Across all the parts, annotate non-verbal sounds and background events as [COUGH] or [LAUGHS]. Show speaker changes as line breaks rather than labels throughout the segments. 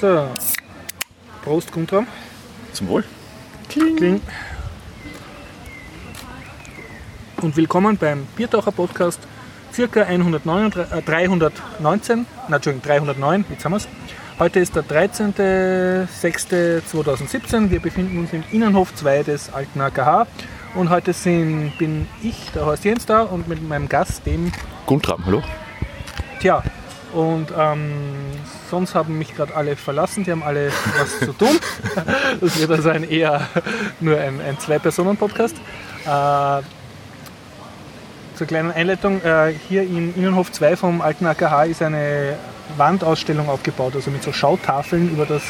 So. Prost, Guntram.
Zum Wohl.
Kling. Und willkommen beim Biertaucher Podcast, circa 139, äh, 319, na, Entschuldigung, 309, jetzt haben wir es. Heute ist der 13.06.2017. Wir befinden uns im Innenhof 2 des alten AKH. Und heute sind, bin ich, der Horst Jens, da und mit meinem Gast, dem
Guntram, hallo.
Tja, und ähm, sonst haben mich gerade alle verlassen, die haben alle was zu tun. Das wird also ein eher nur ein, ein Zwei-Personen-Podcast. Äh, zur kleinen Einleitung, äh, hier im Innenhof 2 vom alten AKH ist eine Wandausstellung aufgebaut, also mit so Schautafeln über das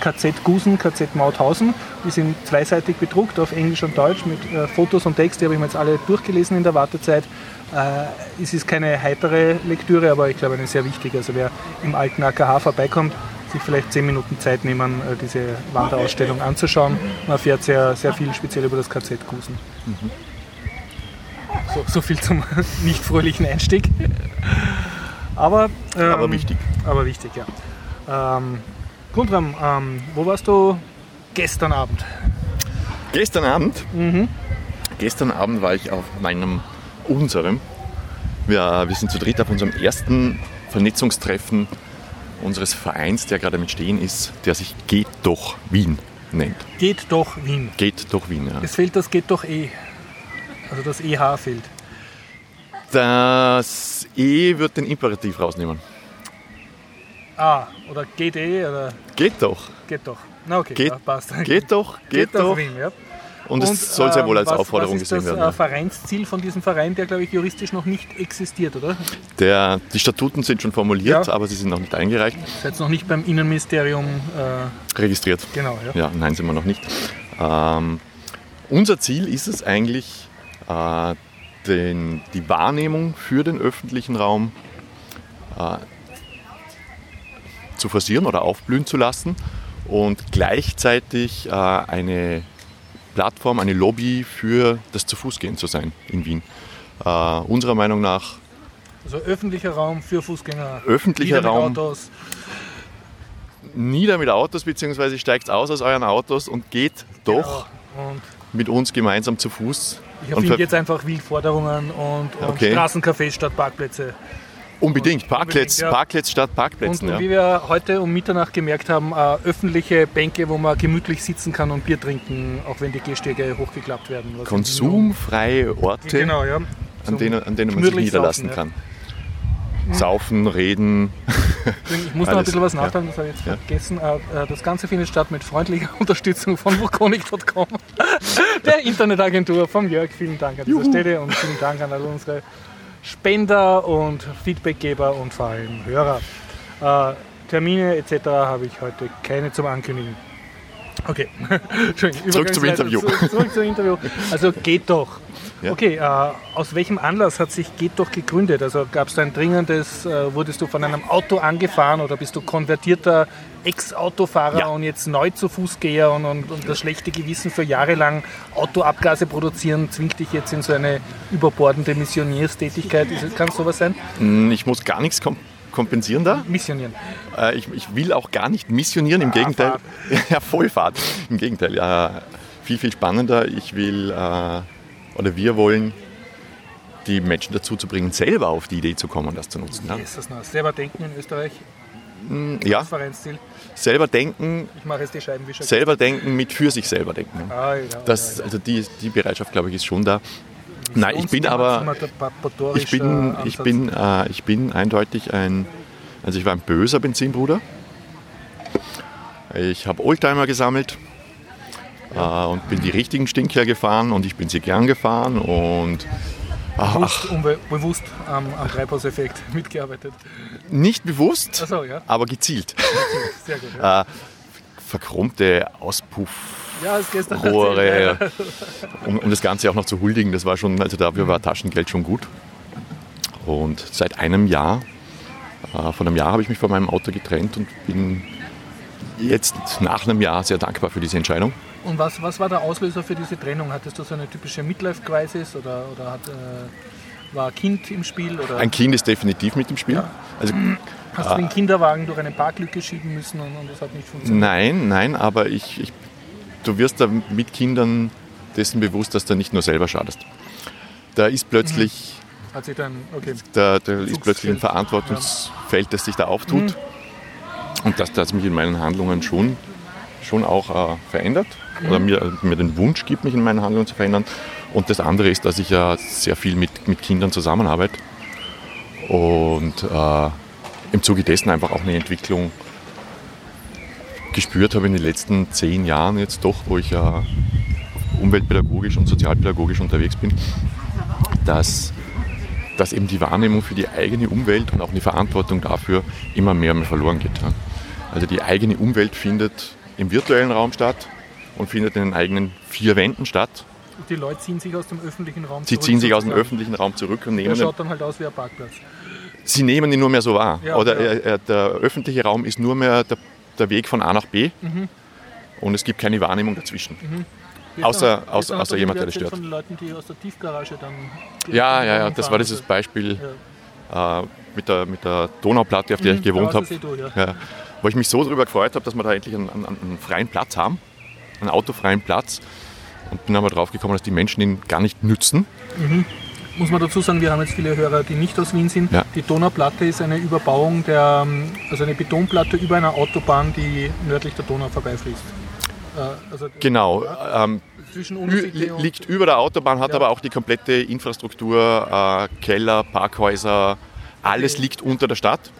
KZ Gusen, KZ Mauthausen. Die sind zweiseitig bedruckt auf Englisch und Deutsch mit äh, Fotos und Text, die habe ich mir jetzt alle durchgelesen in der Wartezeit. Äh, es ist keine heitere Lektüre, aber ich glaube eine sehr wichtige. Also wer im alten AKH vorbeikommt, sich vielleicht zehn Minuten Zeit nehmen, äh, diese Wanderausstellung anzuschauen. Man erfährt sehr, sehr viel speziell über das KZ Gusen. So, so viel zum [LAUGHS] nicht fröhlichen Einstieg. Aber, ähm,
Aber wichtig.
Aber wichtig, ja. Ähm, Guntram, ähm, wo warst du gestern Abend?
Gestern Abend,
Mhm.
gestern Abend war ich auf meinem, unserem, wir, wir sind zu dritt auf unserem ersten Vernetzungstreffen unseres Vereins, der gerade am Entstehen ist, der sich Geht doch Wien nennt.
Geht doch Wien.
Geht doch Wien, ja.
Es fehlt das Geht doch eh. Also das EH fehlt.
Das E wird den Imperativ rausnehmen.
Ah, oder geht eh oder
Geht doch,
geht doch. Na okay,
geht,
ja, passt.
geht doch, geht, doch.
Wien, ja.
Und es soll sehr
ähm,
wohl als
was,
Aufforderung
was ist
gesehen
das,
werden.
Äh, Vereinsziel von diesem Verein, der glaube ich juristisch noch nicht existiert, oder?
Der, die Statuten sind schon formuliert,
Ja.
aber sie sind noch nicht eingereicht.
Ist jetzt noch nicht beim Innenministerium, äh,
Registriert.
genau, ja.
Ja, nein, sind wir noch nicht. Ähm, unser Ziel ist es eigentlich, äh, den, die Wahrnehmung für den öffentlichen Raum äh, zu forcieren oder aufblühen zu lassen und gleichzeitig äh, eine Plattform, eine Lobby für das Zu-Fuß-Gehen zu sein in Wien. Äh, unserer Meinung nach
Also öffentlicher Raum für Fußgänger.
Öffentlicher
Wieder mit
Raum.
Autos.
nieder mit Autos, beziehungsweise steigt aus aus euren Autos und geht doch
Genau. Und
mit uns gemeinsam zu Fuß.
ich
und
erfinde
ver-
jetzt einfach Wildforderungen und, und
Okay.
Straßencafés statt Parkplätze.
Unbedingt, Parkplätze,
unbedingt, ja.
Parkplätze statt
Und
Parkplätzen.
wie
ja.
wir heute um Mitternacht gemerkt haben, äh, öffentliche Bänke, wo man gemütlich sitzen kann und Bier trinken, auch wenn die Gehstege hochgeklappt werden. was
Konsumfreie
ich-
Orte,
Genau, ja.
an,
Zum-
denen, an denen man sich
gemütlich
niederlassen
saufen,
kann. Saufen, reden.
Ich muss noch ein
Alles,
bisschen was
ja.
nachtragen, das habe ich jetzt
Ja.
vergessen. Äh, äh, Das Ganze findet statt mit freundlicher [LAUGHS] Unterstützung von Vulkonik.com, [LAUGHS] der Internetagentur von Jörg. Vielen Dank an dieser Stelle und vielen Dank an alle unsere Spender und Feedbackgeber und vor allem Hörer. Äh, Termine etc. habe ich heute keine zum Ankündigen. Okay, [LAUGHS] Entschuldigung.
Zurück zum
Übergangsleitung.
Interview.
Zurück, zurück zum Interview. Also geht doch.
Ja.
Okay, äh, aus welchem Anlass hat sich Geht doch gegründet? Also gab es da ein dringendes, äh, wurdest du von einem Auto angefahren oder bist du konvertierter Ex-Autofahrer
Ja.
und jetzt neu zu Fußgeher und, und, und das schlechte Gewissen für jahrelang Autoabgase produzieren zwingt dich jetzt in so eine überbordende Missionierstätigkeit? Ist- Kann es sowas sein?
Hm, Ich muss gar nichts kom kompensieren da.
Missionieren.
Äh, Ich, ich will auch gar nicht missionieren, im Gegenteil. [LAUGHS] Ja, Vollfahrt. Im Gegenteil, ja, viel, viel spannender. Ich will, äh, oder wir wollen, die Menschen dazu zu bringen, selber auf die Idee zu kommen, das zu nutzen. Ja,
Ist das noch? Selber denken in Österreich,
ja
Vereinsziel.
selber denken,
Ich mache jetzt die Scheibenwischer.
selber denken mit für sich selber denken. ja.
Ah, ja,
Das, also die, die Bereitschaft, glaube ich, ist schon da. Nein, ich bin
Uns
aber,
immer der patriotische
ich bin, ich
Ansatz.
bin, äh, ich bin eindeutig ein, also ich war ein böser Benzinbruder. Ich habe Oldtimer gesammelt äh, und bin die richtigen Stinker gefahren und ich bin sie gern gefahren und
bewusst, unbe- bewusst am, am Treibhauseffekt [LAUGHS] mitgearbeitet.
nicht bewusst,
Achso, ja,
aber gezielt.
sehr gut.
Ah,
Ja,
Verchromte Auspuff.
ja ist gestern erzählt,
Rohre, um, um das Ganze auch noch zu huldigen. Das war schon, also dafür war Taschengeld schon gut. Und seit einem Jahr, äh, von einem Jahr habe ich mich von meinem Auto getrennt und bin jetzt nach einem Jahr sehr dankbar für diese Entscheidung.
ja. Und was, was war der Auslöser für diese Trennung? Hattest du so eine typische Midlife-Crisis oder, oder hat, äh, war ein Kind im Spiel? Oder?
Ein Kind ist definitiv mit im Spiel. Also
Hast du den Kinderwagen durch eine Parklücke schieben müssen und, und das hat nicht funktioniert?
Nein, nein, aber ich, ich, du wirst da mit Kindern dessen bewusst, dass du nicht nur selber schadest. Da ist plötzlich,
Hat sich dann, okay.
da, da ist
Zugsfeld.
plötzlich ein Verantwortungsfeld, das sich da auftut. Und das, das mich in meinen Handlungen schon, schon auch äh, verändert. Oder mir, mir den Wunsch gibt, mich in meinen Handlungen zu verändern. Und das andere ist, dass ich ja sehr viel mit, mit Kindern zusammenarbeite. Und äh, im Zuge dessen einfach auch eine Entwicklung gespürt habe in den letzten zehn Jahren jetzt doch, wo ich ja umweltpädagogisch und sozialpädagogisch unterwegs bin, dass, dass eben die Wahrnehmung für die eigene Umwelt und auch die Verantwortung dafür immer mehr und mehr verloren geht. ja. Also die eigene Umwelt findet im virtuellen Raum statt und findet in den eigenen vier Wänden statt.
Die Leute ziehen sich aus dem öffentlichen Raum
Sie
zurück
ziehen sich aus dem
sozusagen.
öffentlichen Raum zurück und
Der
nehmen, den,
schaut dann halt aus wie ein Parkplatz.
sie nehmen ihn nur mehr so wahr.
Ja,
Oder
ja.
Er, er, der öffentliche Raum ist nur mehr der, der Weg von A nach B
Mhm.
und es gibt keine Wahrnehmung dazwischen.
Gestern
Außer-
hat-
außer-
gestern hat
außer
der
jemand,
Lieber
der das
erzählt
stört.
Von den Leuten, die aus der Tiefgarage dann. die
Ja, ja, ja,
Autobahn
das
fahren.
war dieses Beispiel
Ja.
äh, mit, der, mit der Donauplatte, auf der ich
Mhm,
gewohnt
da
habe.
hast du's eh durch,
Ja, wo ich mich so darüber gefreut habe, dass wir da endlich einen, einen, einen freien Platz haben, einen autofreien Platz. Und bin aber drauf gekommen, dass die Menschen ihn gar nicht nützen.
Muss man dazu sagen, wir haben jetzt viele Hörer, die nicht aus Wien sind.
Ja.
Die Donauplatte ist eine Überbauung der, ähm, also eine Betonplatte über einer Autobahn, die nördlich der Donau vorbeifließt. Äh, Also
Genau. Ähm,
zwischen
ü-
Unsitte
li
und
liegt über der Autobahn, hat
Ja.
aber auch die komplette Infrastruktur, äh, Keller, Parkhäuser, alles liegt unter der Stadt.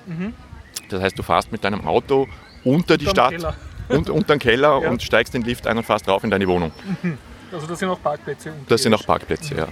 Das heißt, du fährst mit deinem Auto unter die
Mhm. unterm
Stadt
Keller.
und unter den Keller
[LAUGHS] Ja.
und steigst den Lift ein und fährst drauf in deine Wohnung.
Also das sind auch Parkplätze.
Das sind auch Parkplätze, ja.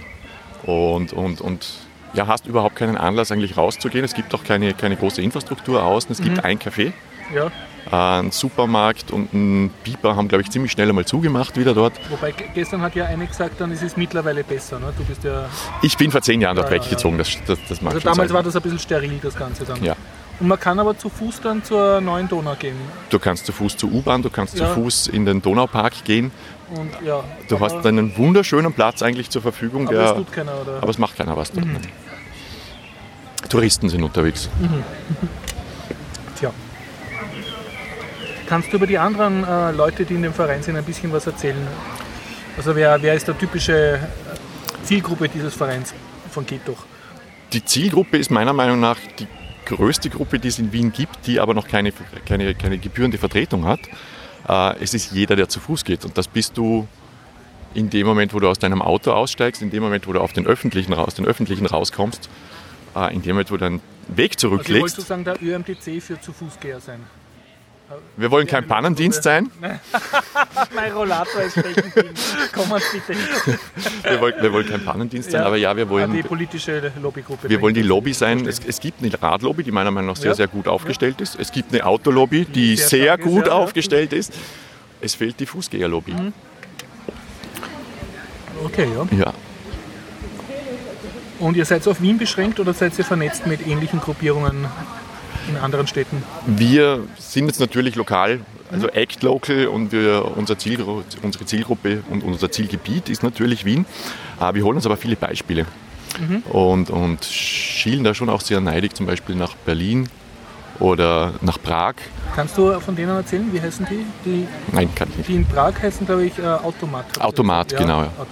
Und, und, und ja, hast überhaupt keinen Anlass, eigentlich rauszugehen. Es gibt auch keine, keine große Infrastruktur außen. Es gibt
Mhm.
ein Café,
Ja.
äh, einen Supermarkt und einen Biber haben, glaube ich, ziemlich schnell einmal zugemacht wieder dort.
Wobei ge- gestern hat ja eine gesagt, dann ist es mittlerweile besser. Ne? Du bist ja,
Ich bin vor zehn Jahren dort
Ja, ja,
weggezogen, das, das, das mag
also
schon
damals
sein.
war das ein bisschen steril, das Ganze dann.
Ja.
Und man kann aber zu Fuß dann zur neuen Donau gehen.
Du kannst zu Fuß zur U-Bahn, du kannst
Ja.
zu Fuß in den Donaupark gehen.
Und ja,
Du
aber,
hast einen wunderschönen Platz eigentlich zur Verfügung.
aber
der,
das tut Mhm. keiner, oder?
aber es macht keiner was dort. ne? Touristen sind unterwegs.
Tja. Kannst du über die anderen äh, Leute, die in dem Verein sind, ein bisschen was erzählen? Also wer, wer ist der typische äh, Zielgruppe dieses Vereins von Also Geht doch?
die Zielgruppe ist meiner Meinung nach die größte Gruppe, die es in Wien gibt, die aber noch keine, keine, keine gebührende Vertretung hat. Äh, es ist jeder, der zu Fuß geht. Und das bist du in dem Moment, wo du aus deinem Auto aussteigst, in dem Moment, wo du auf den öffentlichen, raus- den öffentlichen rauskommst, äh, in dem Moment, wo du deinen Weg
Also wolltest du
zurücklegst.
sagen, der ÖMTC für zu Fußgeher sein?
Wir wollen kein Pannendienst sein.
Mein Rollator ist stecken. [LAUGHS] Komm mal bitte.
Wir wollen, wir wollen kein Pannendienst sein,
Ja. Ah,
aber ja, wir wollen,
Die politische Lobbygruppe.
Wir wollen die Lobby sein. Es, es gibt eine Radlobby, die meiner Meinung nach sehr,
Ja.
sehr gut aufgestellt ist. Es gibt eine Autolobby, die
sehr
sehr,
stark ist,
gut
ja, Mhm. ja.
aufgestellt ist. Es fehlt die Fußgängerlobby.
Okay, ja.
Ja.
Und ihr seid auf Wien beschränkt oder seid ihr vernetzt mit ähnlichen Gruppierungen in anderen Städten?
Wir sind jetzt natürlich lokal, also
Mhm.
Act Local und wir, unser Zielgru unsere Zielgruppe und unser Zielgebiet ist natürlich Wien. Äh, Wir holen uns aber viele Beispiele
Mhm.
und, und schielen da schon auch sehr neidig, zum Beispiel nach Berlin oder nach Prag.
Kannst du von denen erzählen? Wie heißen die? Die,
Nein, kann ich nicht.
die in Prag heißen, glaube ich, äh, Automat.
Automat, genau, ja.
Aut-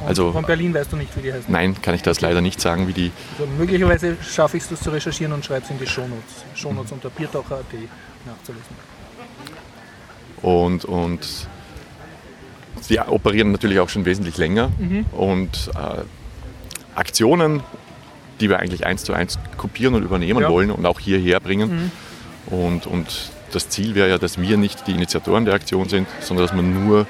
Und
Also-
von Berlin weißt du nicht, wie die heißen.
Nein, kann ich das leider nicht sagen, wie die
Also möglicherweise schaffe ich es, das zu recherchieren und schreibe es in die Shownotes. Shownotes unter biertaucher.at nachzulesen.
Und, und sie operieren natürlich auch schon wesentlich länger. Und äh, Aktionen, die wir eigentlich eins zu eins kopieren und übernehmen
Ja. Mhm.
wollen und auch hierher bringen. Und, und das Ziel wäre ja, dass wir nicht die Initiatoren der Aktion sind, sondern dass wir nur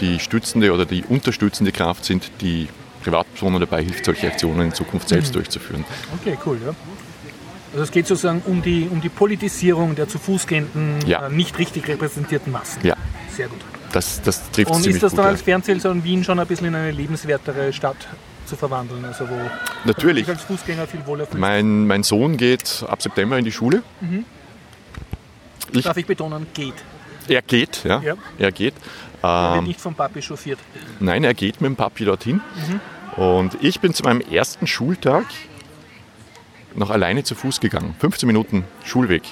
die stützende oder die unterstützende Kraft sind, die Privatpersonen dabei hilft, solche Aktionen in Zukunft
Mhm.
selbst durchzuführen.
Okay, cool, ja. Also es geht sozusagen um die, um die Politisierung der zu Fuß gehenden,
Ja.
äh, nicht richtig repräsentierten Massen.
Ja,
Sehr gut.
das, das trifft
Und
ziemlich
ist das
gut.
dann
ja.
als Fernsehsaison Wien schon ein bisschen in eine lebenswertere Stadt zu verwandeln? Also wo
Natürlich.
du als Fußgänger viel wohler fühlst.
Mein, mein Sohn geht ab September in die Schule. Ich,
Darf ich betonen, geht.
er geht, ja.
Ja.
Er geht.
Wird
Ähm,
nicht vom Papi chauffiert.
nein, er geht mit dem Papi dorthin. Und ich bin zu meinem ersten Schultag noch alleine zu Fuß gegangen. 15 Minuten Schulweg.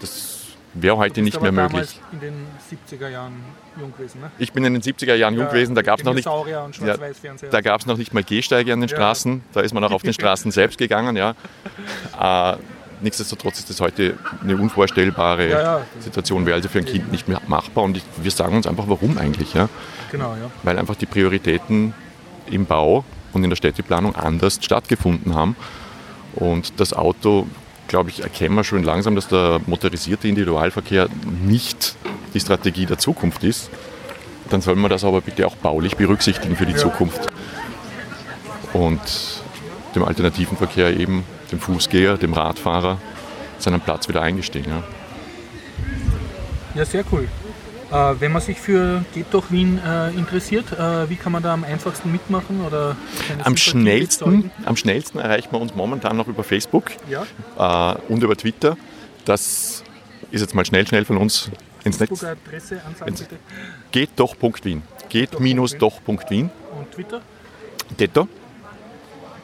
Das wäre heute nicht mehr möglich.
in den 70er Jahren jung gewesen, ne?
Ich bin in den 70er Jahren jung gewesen, da gab es noch nicht
Dinosaurier und Schwarz-Weiß-Fernseher.
Da gab es noch nicht mal Gehsteige an den
Ja.
Straßen, da ist man auch
[LAUGHS]
auf den Straßen selbst gegangen. Ja. Äh, nichtsdestotrotz ist das heute eine unvorstellbare
Ja, ja.
Situation, wäre also für ein Kind nicht mehr machbar. Und ich, wir sagen uns einfach, warum eigentlich. Ja?
genau, ja.
Weil einfach die Prioritäten im Bau und in der Städteplanung anders stattgefunden haben. Und das Auto, glaube ich, erkennen wir schon langsam, dass der motorisierte Individualverkehr nicht die Strategie der Zukunft ist. Dann soll man das aber bitte auch baulich berücksichtigen für die
Ja.
Zukunft. Und dem alternativen Verkehr eben, dem Fußgänger, dem Radfahrer, seinen Platz wieder eingestehen. Ja.
Ja, sehr cool. Äh, wenn man sich für Geht durch Wien äh, interessiert, äh, wie kann man da am einfachsten mitmachen? Oder seine Sympathie
Am, schnellsten,
bezeugen?
am schnellsten erreicht man uns momentan noch über Facebook.
Ja,
äh, und über Twitter. Das ist jetzt mal schnell, schnell von uns ins Netz.
Facebook-Adresse ansagen
Ins-
bitte.
Geht doch Punkt Wien. Geht minus doch Punkt Wien.
Und Twitter
Detto.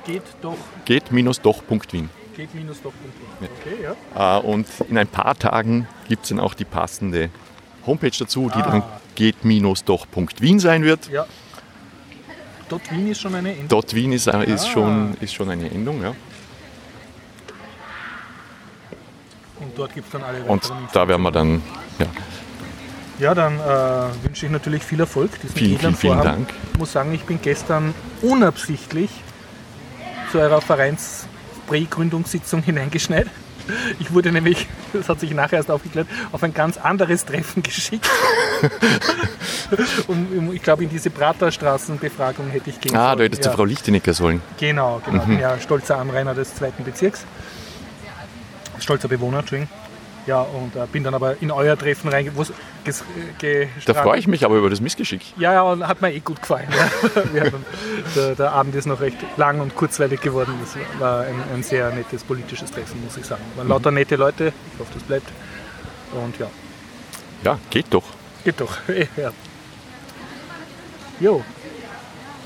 geht doch,
Geht minus doch Punkt Wien.
geht minus doch. Okay, ja.
Äh, und in ein paar Tagen gibt es dann auch die passende Homepage dazu, die
Ah.
dann geht minus doch Punkt Wien sein wird.
ja. Dort Wien ist schon eine Änderung.
Dort Wien ist, äh, ist,
Ah.
schon, ist schon eine Endung. Ja.
Und dort gibt es dann alle
Und
weiteren
da werden wir dann. Ja,
Ja, dann äh, wünsche ich natürlich viel Erfolg. Diesen
Vielen,
edlen
vielen, vielen
Vorhaben.
Dank.
Ich muss sagen, ich bin gestern unabsichtlich zu eurer vereins gründungssitzung hineingeschneit. Ich wurde nämlich, [LAUGHS] das hat sich nachher erst aufgeklärt, auf ein ganz anderes Treffen [LAUGHS]
[LAUGHS]
geschickt. Und im- ich glaube, in diese Praterstraßenbefragung hätte ich gehen
ah,
sollen.
da hättest
Ja.
du Frau Lichtinicker sollen.
Genau, genau.
Mhm.
Bin ja stolzer Anrainer des zweiten Bezirks. Stolzer Bewohner, Entschuldigung. Ja, und äh, bin dann aber in euer Treffen reingegangen.
Da freue ich mich aber über das Missgeschick.
Ja, ja, und hat mir eh gut gefallen. Ja. [LAUGHS] Wir haben, der, der Abend ist noch recht lang und kurzweilig geworden. Das war ein, ein sehr nettes politisches Treffen, muss ich sagen. Waren lauter nette Leute. Ich hoffe, das bleibt. Und ja,
Ja, geht doch.
geht doch. [LAUGHS] ja. Jo.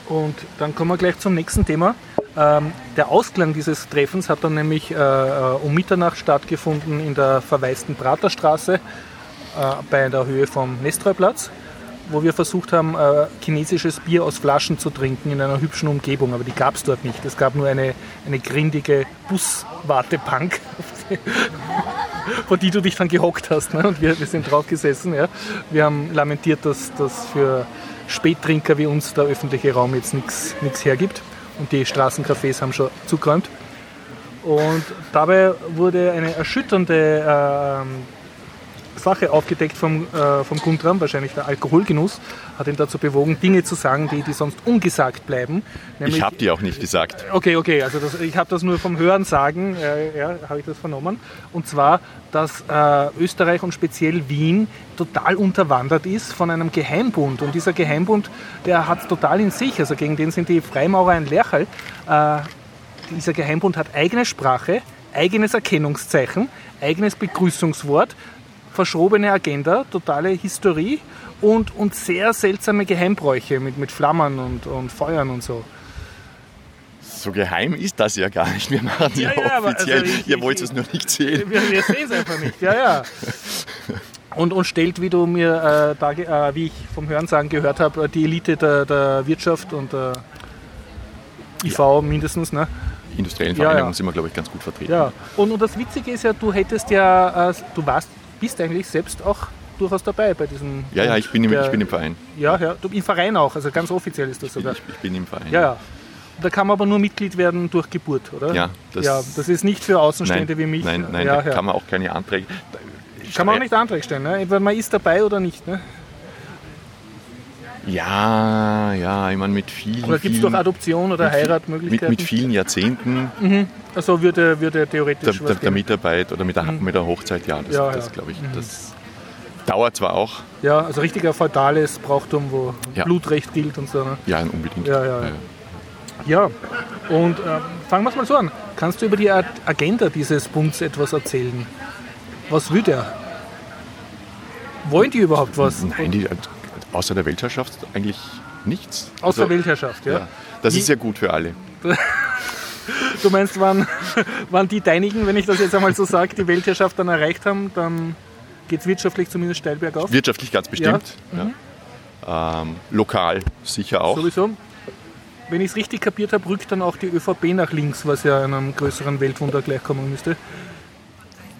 Und dann kommen wir gleich zum nächsten Thema. Ähm, der Ausklang dieses Treffens hat dann nämlich äh, äh, um Mitternacht stattgefunden in der verwaisten Praterstraße äh, bei der Höhe vom Nestroyplatz, wo wir versucht haben, äh, chinesisches Bier aus Flaschen zu trinken in einer hübschen Umgebung. Aber die gab es dort nicht. Es gab nur eine, eine grindige Buswartebank, auf die- [LAUGHS] vor die du dich dann gehockt hast. Ne? Und wir, wir sind drauf gesessen. Ja? Wir haben lamentiert, dass das für Spättrinker wie uns der öffentliche Raum jetzt nichts hergibt. Und die Straßencafés haben schon zugeräumt. Und dabei wurde eine erschütternde ähm, Sache aufgedeckt vom, äh, vom Guntram, wahrscheinlich der Alkoholgenuss, hat ihn dazu bewogen, Dinge zu sagen, die, die sonst ungesagt bleiben.
Ich
Nämlich-
habe dir auch nicht gesagt.
Okay, okay, also das, ich habe das nur vom Hören sagen, äh, ja, habe ich das vernommen. Und zwar, dass äh, Österreich und speziell Wien total unterwandert ist von einem Geheimbund. Und dieser Geheimbund, der hat total in sich, also gegen den sind die Freimaurer ein Lercherl. Äh, dieser Geheimbund hat eigene Sprache, eigenes Erkennungszeichen, eigenes Begrüßungswort, verschrobene Agenda, totale Historie und, und sehr seltsame Geheimbräuche mit, mit Flammern und, und Feuern und so.
So geheim ist das ja gar nicht. Wir machen es
Ja,
ja,
ja, aber
offiziell.
also ich-
Ihr
ich-
wollt es nur nicht sehen.
Wir, wir sehen es einfach nicht, ja, ja. Und, und stellt, wie du mir, äh, da, ge- äh, wie ich vom Hörensagen gehört habe, äh, die Elite der, der Wirtschaft und der IV mindestens, ne?
Industriellen
Ja, ja.
Vereinigungen sind wir, glaube ich, ganz gut vertreten.
Ja. Und, und das Witzige ist ja, du hättest ja, äh, du warst, bist eigentlich selbst auch durchaus dabei bei diesem.
ja, ja, ich bin im,
der-
ich bin im Verein.
Ja, ja, du, im Verein auch, also ganz offiziell ist das
Ich,
sogar.
ich bin im Verein.
Ja, ja. Da kann man aber nur Mitglied werden durch Geburt, oder?
Ja, das-
ja, das ist nicht für
Nein,
Außenstehende wie mich. ne?
nein, nein,
ja,
da
ja.
kann man auch keine Anträge. Da-
Kann man auch nicht Antrag stellen, ne? Entweder man ist dabei oder nicht. Ne?
Ja, ja, ich meine, mit vielen.
Oder gibt es
vielen-
durch Adoption oder
mit viel-
Heirat
mit,
Möglichkeiten?
mit vielen Jahrzehnten
Also würde, würde
der,
theoretisch
der,
was
der
gehen.
Mitarbeit oder mit der, mit der Hochzeit, ja, das,
Ja,
das
ja. Mhm.
glaube ich, das dauert zwar auch,
Ja, also richtiger feudales Brauchtum, wo
Ja.
Blutrecht gilt und so. Ne?
ja, unbedingt. Äh,
Ja, ja, ja. Ja, und äh, fangen wir es mal so an. Kannst du über die Ad- Agenda dieses Bundes etwas erzählen? Was will der? Wollen die überhaupt was?
Nein, die, äh, außer der Weltherrschaft eigentlich nichts.
Außer
Also,
Weltherrschaft, ja.
Das
Die-
ist ja gut für alle.
Du meinst, wann, [LAUGHS] wann die deinigen, wenn ich das jetzt einmal so sage, die Weltherrschaft dann erreicht haben, dann geht es wirtschaftlich zumindest steil bergauf.
Wirtschaftlich ganz bestimmt. Ja. Ähm, lokal sicher auch.
Sowieso. Wenn ich es richtig kapiert habe, rückt dann auch die ÖVP nach links, was ja einem größeren Weltwunder gleichkommen müsste.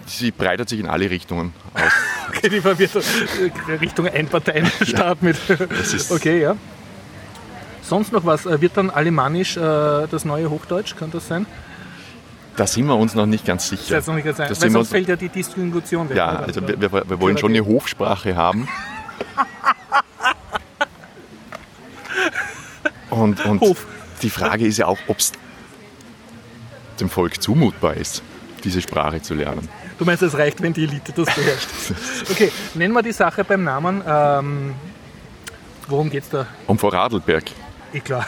Sie breitet sich in alle Richtungen aus.
Okay, die verwirrt äh, Richtung Einparteienstaat mit.
Das ist
Okay, ja. Sonst noch was? Äh, Wird dann alemannisch äh, das neue Hochdeutsch? Kann das sein?
Da sind wir uns noch nicht ganz
Das
sicher.
heißt noch nicht ganz ein.
Das
Weil
sind wir
sonst
uns,
fällt ja die Distingution weg.
ja,
oder?
also wir, wir, wir wollen schon eine Hochsprache haben. Und, und
Hof.
die Frage ist ja auch, ob es dem Volk zumutbar ist, diese Sprache zu lernen.
Du meinst, es reicht, wenn die Elite das
[LAUGHS]
beherrscht. Okay, nennen wir die Sache beim Namen. Ähm, worum geht's da?
Und Frau Radlberg,
Eh klar,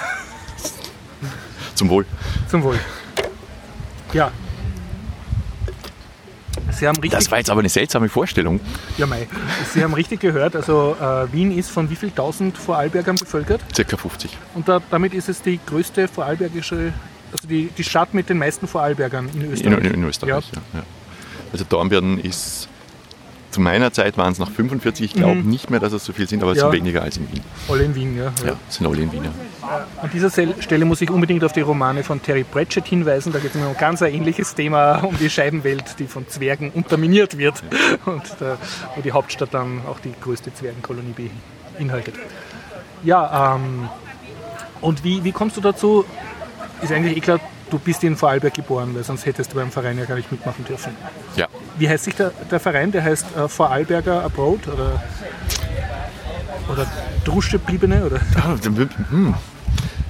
zum Wohl.
zum Wohl. Ja. Sie haben richtig
Das war jetzt aber eine seltsame Vorstellung.
Ja, mei. Sie haben richtig gehört, also äh, Wien ist von wie viel tausend Vorarlbergern bevölkert
Circa 50.
und da, damit ist es die größte vorarlbergische, also die, die Stadt mit den meisten Vorarlbergern in
In,
Österreich.
in, in Österreich, ja. Ja. Also Dornbirn ist, zu meiner Zeit waren es noch 45, ich glaube nicht mehr, dass es so viel sind, aber es
Mhm. Ja.
sind weniger als in Wien.
Alle in Wien, ja.
Ja, es sind alle in Wien. ja.
An dieser Sel- Stelle muss ich unbedingt auf die Romane von Terry Pratchett hinweisen. Da geht es um ein ganz ein ähnliches Thema, um die Scheibenwelt, die von Zwergen unterminiert wird und da, wo die Hauptstadt dann auch die größte Zwergenkolonie beinhaltet. Ja, ähm, und wie, wie kommst du dazu? Ist eigentlich eh klar, du bist in Vorarlberg geboren, weil sonst hättest du beim Verein ja gar nicht mitmachen dürfen.
Ja,
Wie heißt sich der, der Verein? Der heißt äh, Vorarlberger Abroad oder, oder Druschebliebene oder?
Ah, der- hm.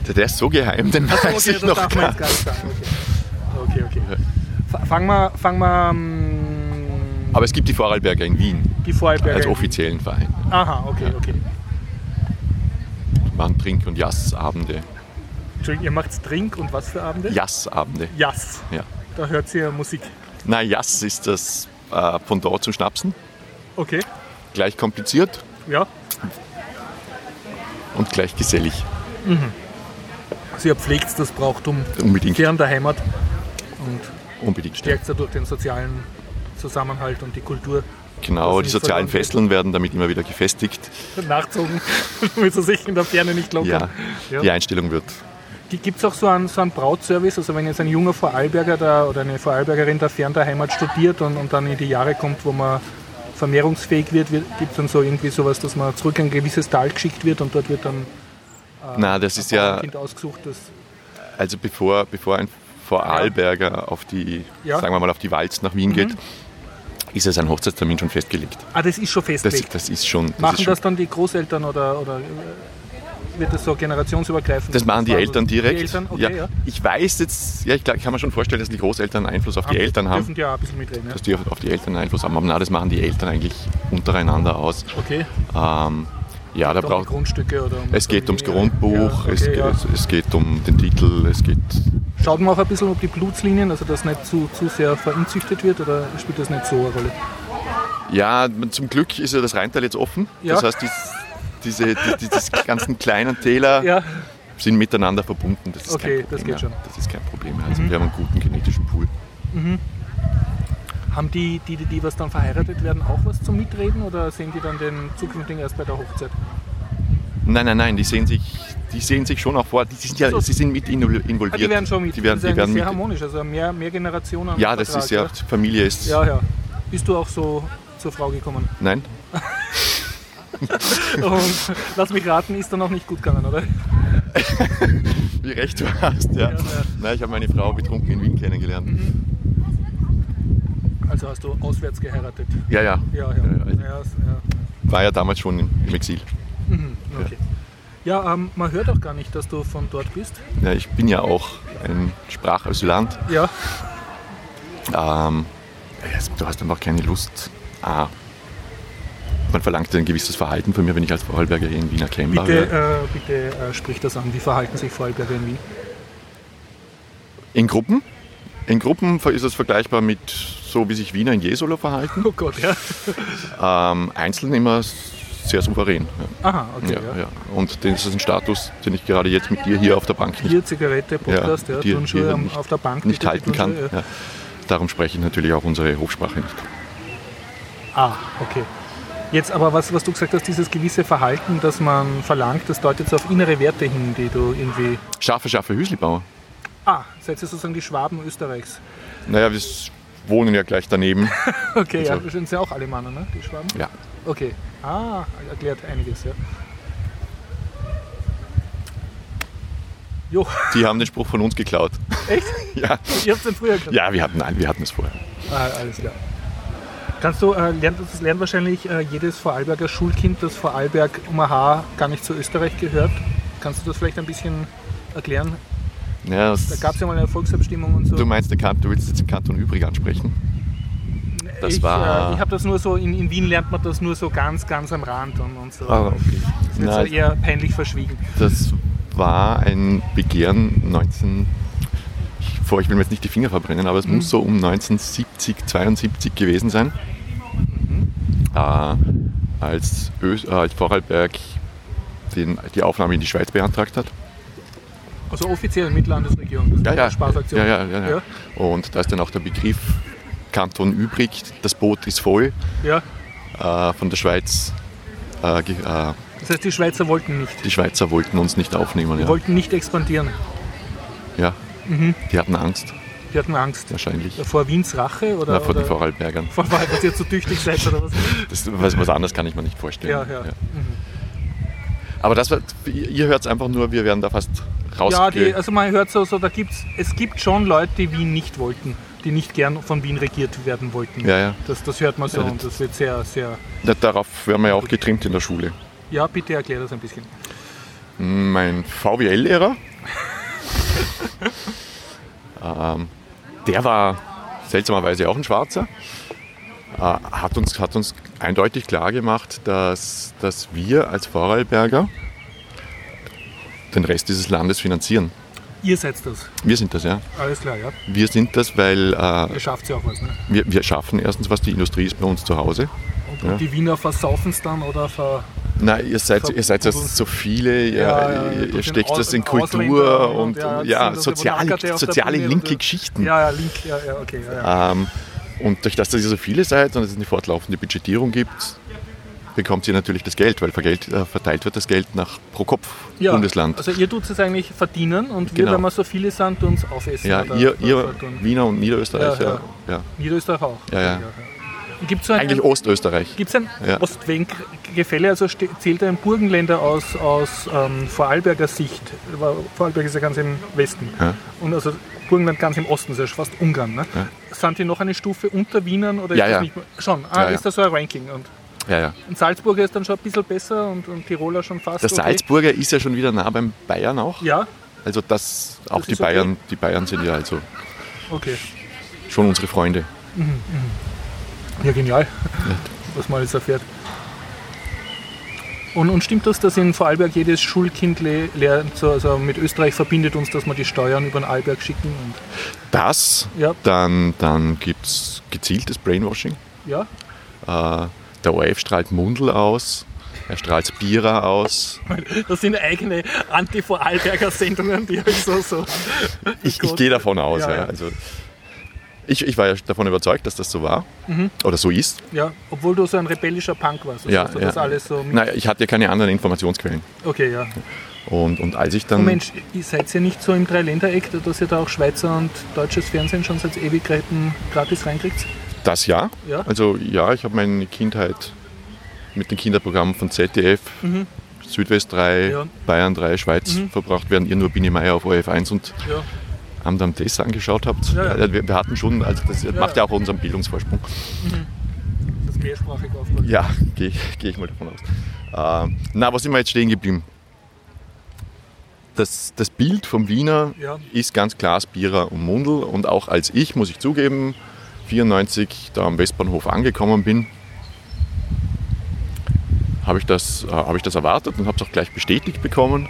der, der ist so geheim, den weiß
Okay,
ich
das
noch
darf man
gar
jetzt gar nicht sagen. Okay, okay. okay. F- Fangen wir, fangen wir ähm,
Aber es gibt die Vorarlberger in Wien
die Vorarlberger.
als
in-
offiziellen Verein.
Aha, okay, okay.
Waren Trink- und Jassabende.
Entschuldigung, ihr macht Drink und was für Abende?
Jassabende.
Jass.
Ja.
Da hört sie ja Musik.
Na, Jass ist das äh, Pendant zum Schnapsen.
Okay,
Gleich kompliziert
ja.
und gleich gesellig.
Sie pflegt Also das Brauchtum
Unbedingt.
gern der Heimat und
Unbedingt. Ja.
stärkt dadurch den sozialen Zusammenhalt und die Kultur
Genau,
Das
die
ist
sozialen
verloren.
Fesseln werden damit immer wieder gefestigt.
nachzogen, [LAUGHS] damit sie sich in der Ferne nicht
Ja,
lockern.
die Einstellung wird.
Gibt es auch so einen, so einen Brautservice? Also wenn jetzt ein junger Vorarlberger da oder eine Vorarlbergerin da fern der Heimat studiert und, und dann in die Jahre kommt, wo man vermehrungsfähig wird, wird gibt es dann so irgendwie sowas, dass man zurück in ein gewisses Tal geschickt wird und dort wird dann
Na, das ist ja,
Ah. ein Kind ausgesucht, das
also bevor, bevor ein Vorarlberger auf die,
Ja. Mhm.
sagen wir mal, auf die Walz nach Wien geht, ist ja sein Hochzeitstermin schon festgelegt.
Ah, das ist schon
Das,
festgelegt.
das ist schon. Das,
machen
ist schon,
das dann die Großeltern oder, oder äh, wird das so generationsübergreifend?
das machen die
war so-
Eltern direkt.
Die Eltern, okay, ja.
Ich weiß jetzt, ja, ich glaub, ich kann mir schon vorstellen, dass die Großeltern Einfluss auf die Eltern haben.
Dürfen die auch ein bisschen mitreden, ja.
Dass die auf auf die Eltern Einfluss haben. Aber na, das machen die Eltern eigentlich untereinander aus.
Okay,
Ähm, ja,
da um
da
die
braucht,
Grundstücke oder um
Es geht ums
Familie.
Grundbuch,
Ja,
es,
okay,
geht,
ja.
es, es geht um den Titel, es geht.
Schaut man auch ein bisschen, ob die Blutslinien, also dass nicht zu, zu sehr verinzüchtet wird oder spielt das nicht so eine Rolle?
Ja, zum Glück ist ja das Rheintal jetzt offen.
Ja.
Das heißt, dies, diese die, die, diese ganzen kleinen Täler
Ja,
sind miteinander verbunden. Das ist
Okay,
kein Problem
das geht
mehr.
schon. Mhm.
Das ist kein Problem mehr. Also wir haben einen guten genetischen Pool.
haben die, die, die, die was dann verheiratet werden, auch was zum Mitreden oder sehen die dann den zukünftigen erst bei der Hochzeit?
Nein, nein, nein, die sehen sich, die sehen sich schon auch vor. Die sind ja,
So.
sie sind mit invol-
Ah,
involviert.
die werden schon mit.
Die werden,
das ist
die werden
eigentlich sehr
mit.
harmonisch, also mehr, mehr Generationen.
Ja, das ist ja Familie ist.
Ja, ja. Bist du auch so zur Frau gekommen?
[LAUGHS] Nein,
Und lass mich raten, ist dann auch nicht gut gegangen, oder?
wie recht du hast.
Ja,
Ja.
ja. Mhm.
Nein, ich habe meine Frau betrunken in Wien kennengelernt.
Also hast du auswärts geheiratet.
Ja, ja,
Ja, ja.
Ja, ja. also-
ja, ja.
War ja damals schon im im Exil.
Mhm, okay. Ja, ähm, man hört auch gar nicht, dass du von dort bist.
Ja, ich bin ja auch ein Sprachasylant.
Ja.
Ähm, es- du hast einfach keine Lust. Ah, man verlangt ein gewisses Verhalten von mir, wenn ich als Vorarlberger hier in Wiener Kemba
Bitte,
wäre.
äh, bitte äh, sprich das an. Wie verhalten sich Vorarlberger in Wien?
In Gruppen? In Gruppen ver- ist es vergleichbar mit so, wie sich Wiener in Jesolo verhalten.
Oh Gott, ja.
Ähm, einzeln immer s- sehr souverän.
Aha, okay.
Ja,
Ja,
ja, ja. Und das ist ein Status, den ich gerade jetzt mit dir hier auf der Bank nicht,
Bier, Zigarette, Podcast, ja,
die- die
Turnschuhe am-
nicht-
auf der Bank.
nicht
bitte,
halten
die
kann.
Turnschuhe,
Ja. Darum spreche ich natürlich auch unsere Hofsprache nicht.
ja. Ah, okay. Jetzt aber, was, was du gesagt hast, dieses gewisse Verhalten, das man verlangt, das deutet so auf innere Werte hin, die du irgendwie...
Scharfe, scharfe Hüslibauer.
Ah, seid ihr sozusagen die Schwaben Österreichs. [LAUGHS]
Naja, wir wohnen ja gleich daneben.
Okay, ja,
Also-
das sind ja auch Alemaner, ne, die Schwaben?
ja.
Okay. Ah, erklärt einiges, ja. Jo, [LAUGHS]
Die haben den Spruch von uns geklaut. [LAUGHS]
echt?
ja.
Ihr habt es früher gehört?
ja, wir hatten, nein, wir hatten es vorher.
Ah, alles klar. Kannst du, äh, lernt, das lernt wahrscheinlich äh, jedes Vorarlberger Schulkind, das Vorarlberg um ein Haar gar nicht zu Österreich gehört. Kannst du das vielleicht ein bisschen erklären?
Ja,
Da
das,
gab es ja mal eine Volksabstimmung und so.
du meinst, den Kanton, du willst jetzt den Kanton übrig ansprechen? das
ich
war-
äh, ich habe das nur so, in, in Wien lernt man das nur so ganz, ganz am Rand und, und so. Ah,
okay.
das wird so
Also, Nein,
eher peinlich verschwiegen.
das war ein Begehren 19... Ich, vor, ich will mir jetzt nicht die Finger verbrennen, aber es muss so um 1970, 72 gewesen sein. Äh, als, Ös äh, als Vorarlberg den, die Aufnahme in die Schweiz beantragt hat.
Also offiziell mit Landesregierung. Das
Ja,
war
ja.
eine Spaßaktion.
Ja, ja, ja, ja.
Ja?
Und da ist dann auch der Begriff Kanton übrig, das Boot ist voll,
Ja.
äh, von der Schweiz. Äh, ge- äh,
Das heißt, die Schweizer wollten nicht.
die Schweizer wollten uns nicht aufnehmen.
Die
Ja.
wollten Mhm. nicht expandieren.
ja. Die hatten Angst,
Die hatten Angst.
wahrscheinlich.
Vor Wiens Rache oder,
Na, vor den
oder
Vorarlbergern.
vor allem, dass ihr zu tüchtig seid oder was?
Das, was, was anderes kann ich mir nicht vorstellen.
Ja, ja.
Aber das war, ihr ihr hört es einfach nur, wir werden da fast rausge...
Ja, die, also man hört so, so da gibt's, es gibt schon Leute, die Wien nicht wollten, die nicht gern von Wien regiert werden wollten.
Ja, ja.
Das, das hört man so
Ja, das-
und das wird sehr, sehr.
Na, Darauf werden wir ja auch getrimmt in der Schule.
Ja, bitte erklär das ein bisschen.
Mein VWL-Lehrer, ähm, der war seltsamerweise auch ein Schwarzer, äh, hat, uns, hat uns eindeutig klar gemacht, dass, dass wir als Vorarlberger den Rest dieses Landes finanzieren.
Ihr seid das.
Wir sind das, ja.
Alles klar, ja.
Wir sind das, weil äh,
Ihr schafft ja auch was. Ne?
wir, wir schaffen erstens was, die Industrie ist bei uns zu Hause.
Und,
Ja.
und die Wiener versaufen es dann oder ver.
Nein, ihr seid,
Ver-
ihr seid das so viele, ihr,
Ja, ja,
ihr, ihr
durch den
steckt das in
Aus- Ausländer
Kultur
und-
und,
ja, das
ja,
sind das also
soziale,
Übernackerte auf der
soziale
Bühne und so.
linke Geschichten.
Ja, ja, Link, ja, ja, okay. Ja, ja.
Ähm, und durch das, dass ihr so viele seid und es eine fortlaufende Budgetierung gibt, bekommt ihr natürlich das Geld, weil vergelt, äh, verteilt wird das Geld nach pro Kopf
Ja,
Bundesland.
Also ihr tut es eigentlich verdienen und wir,
Genau.
wenn wir so viele sind, uns aufessen.
ja,
oder-
ihr,
oder
ihr
vertun.
Wiener und Niederösterreicher, ja,
Niederösterreich auch.
Ja, ja.
Gibt so ein,
eigentlich Ostösterreich.
Ähm, Gibt es ein
Ja.
Ostwenk-Gefälle? Also ste- zählt ein Burgenländer aus, aus ähm, Vorarlberger Sicht? Weil Vorarlberg ist ja ganz im Westen.
Ja.
Und also Burgenland ganz im Osten, das ist ja fast Ungarn. Ne? Sind die noch eine Stufe unter Wienern? Oder
Ja,
ist das
ja.
Nicht mehr? Schon. Ah,
Ja, ja.
ist das so ein Ranking? Und,
Ja, ja.
und Salzburger ist dann schon ein bisschen besser und, und Tiroler schon fast.
Der
okay.
Salzburger ist ja schon wieder nah beim Bayern auch.
Ja,
Also das, auch
Das
die
ist okay.
Bayern, die Bayern sind ja also
okay.
schon unsere Freunde.
Ja, genial, was man alles erfährt. Und, und stimmt das, dass in Vorarlberg jedes Schulkind le- lernt, so, also mit Österreich verbindet uns, dass wir die Steuern über den Arlberg schicken? Und,
Das,
Ja.
dann, dann gibt es gezieltes Brainwashing.
ja,
Äh, der ORF strahlt Mundel aus, er strahlt Bierer aus.
das sind eigene Anti-Vorarlberger Sendungen, die halt so, so.
Ich, ich
Gut.
gehe davon aus.
Ja,
Ja,
ja.
Also, ich, ich war ja davon überzeugt, dass das so war oder so ist.
Ja, obwohl du so ein rebellischer Punk warst. Also
Ja,
hast du
ja.
das alles Mhm. so. Mit,
Naja, ich hatte ja keine anderen Informationsquellen.
okay, ja.
Und, und als ich dann.
Und Mensch, ihr seid ja nicht so im Dreiländereck, dass ihr da auch Schweizer und deutsches Fernsehen schon seit Ewigkeiten gratis reinkriegt?
Das ja.
Ja.
Also ja, ich habe meine Kindheit mit den Kinderprogrammen von ZDF, Südwest 3,
Mhm. Ja. Mhm.
Bayern 3, Schweiz verbracht, während ihr nur Bini Meier auf ORF 1 und
Ja.
Amt am Tess angeschaut habt.
Ja, ja.
Wir, wir hatten schon, also das macht ja auch unseren Bildungsvorsprung.
Das mehrsprachige Aufbau.
Ja, [LAUGHS] gehe geh ich mal davon aus. Ähm, na, wo sind wir jetzt stehen geblieben? Das, das Bild vom Wiener
Ja.
ist ganz klar Spierer und Mundel. Und auch als ich, muss ich zugeben, 94 da am Westbahnhof angekommen bin, habe ich, das, äh, habe ich das erwartet und habe es auch gleich bestätigt bekommen.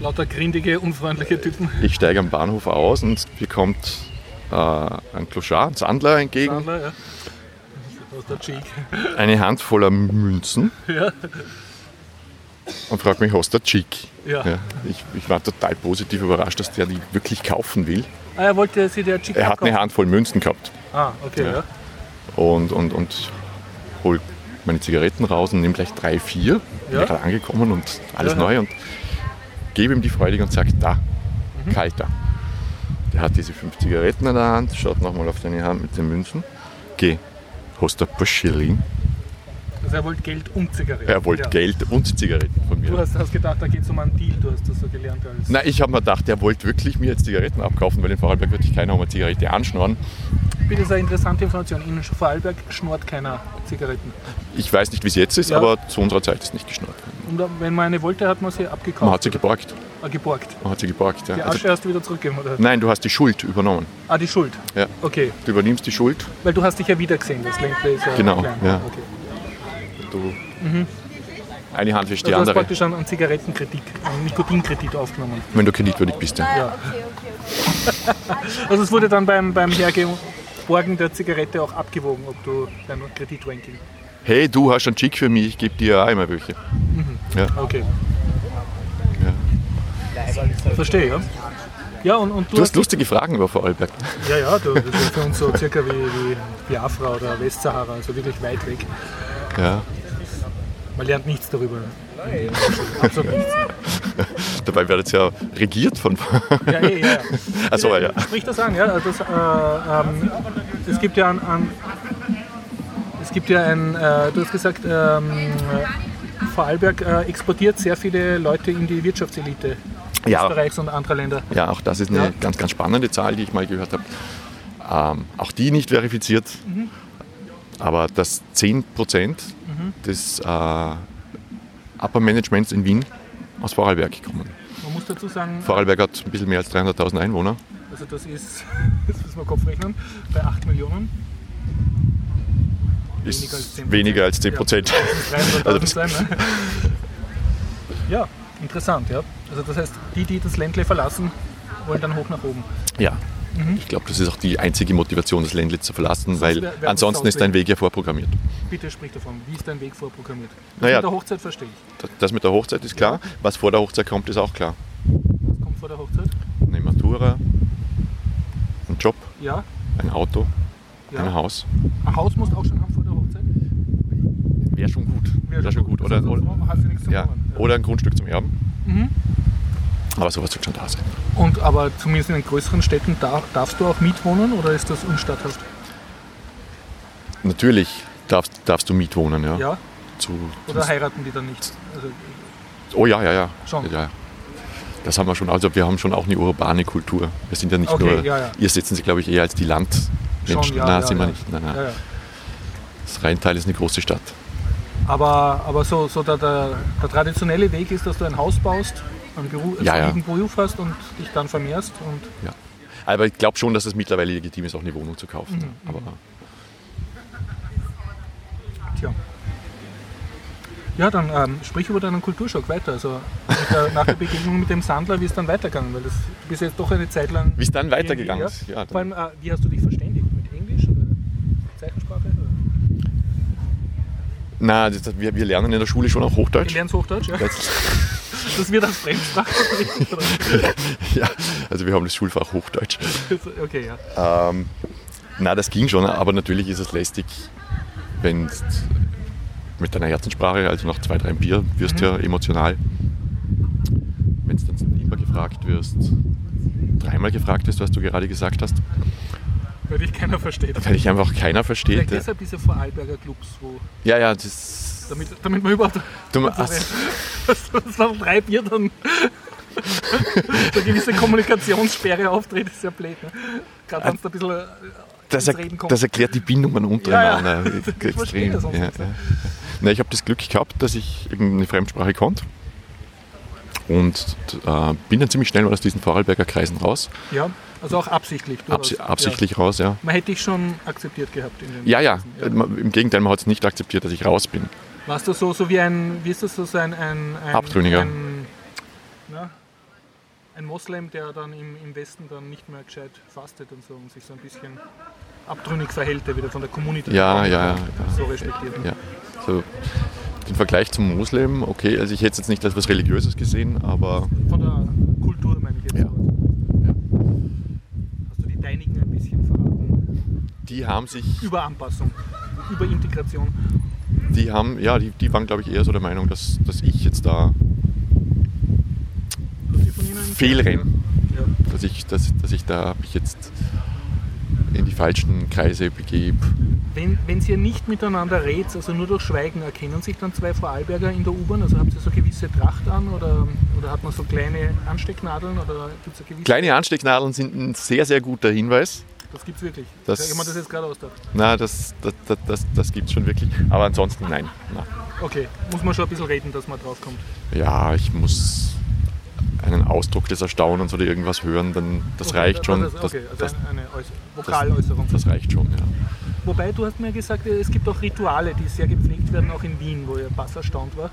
Lauter grindige, unfreundliche Typen.
Ich steige am Bahnhof aus und mir kommt äh, ein Kloschar, ein Sandler entgegen.
Sandler, ja. aus der Cheek. [LAUGHS]
eine Handvoll an Münzen
Ja.
und fragt mich, hast du Chick?
Ja.
ich, ich war total positiv überrascht, dass der die wirklich kaufen will.
Ah, er wollte sie der Cheek
Er hat eine
abkaufen.
Handvoll Münzen gehabt
Ah, okay,
Ja.
ja.
und, und, und holt meine Zigaretten raus und nimmt gleich drei, vier. Bin
Ja.
gerade angekommen und alles
Ja.
neu und gebe ihm die freudig und sagt, da,
Mhm.
kalter. Der hat diese fünf Zigaretten in der Hand, schaut nochmal auf seine Hand mit den Münzen. Geh, hast du ein paar Schilling?
Also er wollte Geld und Zigaretten.
Er wollte
ja.
Geld und Zigaretten von mir.
Du hast, hast gedacht, da geht es um einen Deal, du hast das so gelernt als.
Na, ich habe mir gedacht, der wollte wirklich mir jetzt Zigaretten abkaufen, weil in Vorarlberg wird sich keiner um eine Zigarette anschnorren.
Bitte sehr interessante Information. In Vorarlberg schnurrt keiner Zigaretten.
Ich weiß nicht, wie es jetzt ist,
Ja.
aber zu unserer Zeit ist nicht geschnorrt. worden.
Und wenn man eine wollte, hat man sie
Man
abgekauft.
hat sie geborgt.
äh, geborgt.
Man hat sie geborgt. Ja.
Die
Also,
Asche hast du wieder zurückgegeben, oder?
nein, du hast die Schuld übernommen.
Ah, die Schuld.
Ja.
Okay,
Du übernimmst die Schuld.
weil du hast dich ja wieder gesehen, das Gameplay ist ja
Genau,
klein.
ja.
Okay. Also
Du Eine Hand wäscht
Mhm. Also, Du
die
hast
andere,
praktisch einen, einen Zigarettenkredit, einen Nikotinkredit aufgenommen.
wenn du kreditwürdig bist. Ja.
Ja. Also es wurde dann beim, beim Hergeborgen der Zigarette auch abgewogen, ob du dein Kreditranking.
Hey, du hast einen Chick für mich, ich gebe dir auch immer welche.
Okay. Verstehe, ja. Ja, und, und du,
Du hast lustige Fragen über Vorarlberg.
Ja, ja, du, das ist für uns so circa wie, wie Biafra oder Westsahara, also wirklich weit weg.
Ja.
Man lernt nichts darüber. Absolut nichts.
Dabei werdet ihr ja regiert von. [LAUGHS]
Ja, eh, ja, ja.
Achso, ja.
Sprich das an, ja. also Das, äh, ähm, es gibt ja ein, ein, es gibt ja ein äh, du hast gesagt, ähm, äh, Vorarlberg äh, exportiert sehr viele Leute in die Wirtschaftselite
Ja,
Österreichs und anderer Länder.
Ja, auch das ist eine
Ja.
ganz, ganz spannende Zahl, die ich mal gehört habe. Ähm, auch die nicht verifiziert,
Mhm.
aber dass 10 Prozent
Mhm.
des äh, Upper Managements in Wien aus Vorarlberg kommen.
Man muss dazu sagen,
Vorarlberg hat ein bisschen mehr als 300.000 Einwohner.
also das ist, [LAUGHS] das müssen wir Kopf rechnen, bei 8 Millionen.
Ist
als 10%.
weniger als 10 Prozent.
300.000
Also das-
sein. Ne? [LAUGHS] Ja, interessant, ja. Also das heißt, die, die das Ländle verlassen, wollen dann hoch nach oben.
[LAUGHS] Ja. Ich glaube, das ist auch die einzige Motivation, das Ländle zu verlassen, weil
Mhm. wär- wär
ansonsten
das
ist dein Weg ja vorprogrammiert.
Bitte sprich davon, wie ist dein Weg vorprogrammiert? Das
Naja.
Mit der Hochzeit verstehe ich.
Das- Das mit der Hochzeit ist klar. Was vor der Hochzeit kommt, ist auch klar.
Was kommt vor der Hochzeit?
Eine Matura, ein Job,
Ja,
ein Auto,
ja.
ein Haus.
Ein Haus musst du auch schon haben vor der Hochzeit?
Wäre schon gut. Wäre schon gut. Oder,
Sonst
oder,
Also, hast du nichts zu
ja.
machen.
oder ein Grundstück zum Erben.
Mhm.
Aber sowas wird schon da sein.
Und aber zumindest in den größeren Städten da, darfst du auch mietwohnen oder ist das unstatthaft?
Natürlich darfst, darfst du mietwohnen. Ja. halt
Ja.
Zu,
Oder
zu,
heiraten die dann nicht? Also,
oh ja, ja, ja.
Schon.
ja. Das haben wir schon. Also wir haben schon auch eine urbane Kultur. Wir sind ja nicht
Okay,
nur.
ja, ja.
Ihr sitzen sie, glaube ich, eher als die Landmenschen.
Schon, ja,
nein,
ja,
sind wir
ja.
nicht. Nein, nein.
ja, ja.
Das Rheintal ist eine große Stadt.
Aber, aber so, so der, der, der traditionelle Weg ist, dass du ein Haus baust, einen Beruf,
Ja, ja.
einen Beruf hast und dich dann vermehrst. Und
Ja. Aber ich glaube schon, dass es mittlerweile legitim ist, auch eine Wohnung zu kaufen. Aber
tja. Ja, dann ähm, sprich über deinen Kulturschock weiter. Also mit
[LAUGHS]
der, nach der Begegnung mit dem Sandler, wie ist dann weitergegangen? Weil das, du bist jetzt doch eine Zeit lang.
wie es dann weitergegangen ist.
Ja.
Ja,
Vor
dann,
allem, äh, wie hast du dich verständigt? Mit Englisch oder Zeichensprache? Oder?
na, das, wir, wir lernen in der Schule schon auch
Wir
Hochdeutsch.
lernen Hochdeutsch, ja?
Jetzt-
Das wird als Fremdsprache. [LAUGHS]
[LAUGHS] Ja, also wir haben das Schulfach Hochdeutsch.
okay, ja.
Ähm, na, das ging schon, aber natürlich ist es lästig, wenn du mit deiner Herzenssprache, also nach zwei, drei Bier, wirst du ja
Mhm.
emotional. Wenn du dann immer gefragt wirst, dreimal gefragt wirst, was du gerade gesagt hast,
Weil dich keiner versteht.
weil ich einfach keiner
Vielleicht
versteht. Ja,
deshalb diese Vorarlberger Clubs, wo
ja, ja das.
Damit, damit man überhaupt. Also,
Du, ach,
Das [LAUGHS] das waren drei Bier dann. [LAUGHS] so eine gewisse Kommunikationssperre auftritt, ist ja blöd. Ne? Gerade wenn es ein bisschen. äh,
das,
ins
er,
Reden kommt.
das erklärt die Bindungen untereinander.
Ja, ja. Ich verstehe
Extrem.
das auch
ja, ja.
nicht.
Na, ich habe das Glück gehabt, dass ich irgendeine Fremdsprache konnte. Und äh, bin dann ziemlich schnell mal aus diesen Vorarlberger Kreisen raus.
Ja, also auch absichtlich. durchaus.
Abs absichtlich raus, ja.
Ja. Man hätte dich schon akzeptiert gehabt in den.
Ja, ja. man- Im Gegenteil, man hat es nicht akzeptiert, dass ich raus bin.
Warst du so, so wie ein. Wie ist das so, so ein. ein, ein
Abtrünniger.
Ein, na, ein Moslem, der dann im, im Westen dann nicht mehr gescheit fastet und so und sich so ein bisschen abtrünnig verhält, der wieder von der Community
Ja, ja, ja.
so respektiert.
ja. So, den Vergleich zum Muslim, okay, also ich hätte es jetzt nicht als was Religiöses gesehen, aber
Von der Kultur meine ich jetzt.
Ja. Ja.
Hast du die Deinigen ein bisschen verraten?
die haben sich
Über Anpassung, über Integration.
die haben, ja, die, die waren, glaube ich, eher so der Meinung, dass, dass ich jetzt da,
Die von ihnen-
Fehlrennen.
Ja.
dass ich, dass, dass ich da mich jetzt in die falschen Kreise begebe.
Wenn, wenn ihr nicht miteinander redet, also nur durch Schweigen, erkennen sich dann zwei Vorarlberger in der U-Bahn? Also habt ihr so gewisse Tracht an oder, oder hat man so kleine Anstecknadeln? Oder gibt's so gewisse,
Kleine Anstecknadeln sind ein sehr, sehr guter Hinweis.
Das gibt es wirklich.
Das-
ich habe mir das jetzt gerade ausgedacht.
Na, das, das, das, das, das gibt es schon wirklich. Aber ansonsten nein. Na.
Okay, muss man schon ein bisschen reden, dass man draufkommt.
Ja, ich muss einen Ausdruck des Erstaunens oder irgendwas hören, dann das
Okay,
reicht schon.
Das,
Das,
okay, also
das,
eine, eine Äuß Vokaläußerung.
das reicht schon, ja.
Wobei, du hast mir gesagt, es gibt auch Rituale, die sehr gepflegt werden, auch in Wien, wo ihr Pass erstaunt war.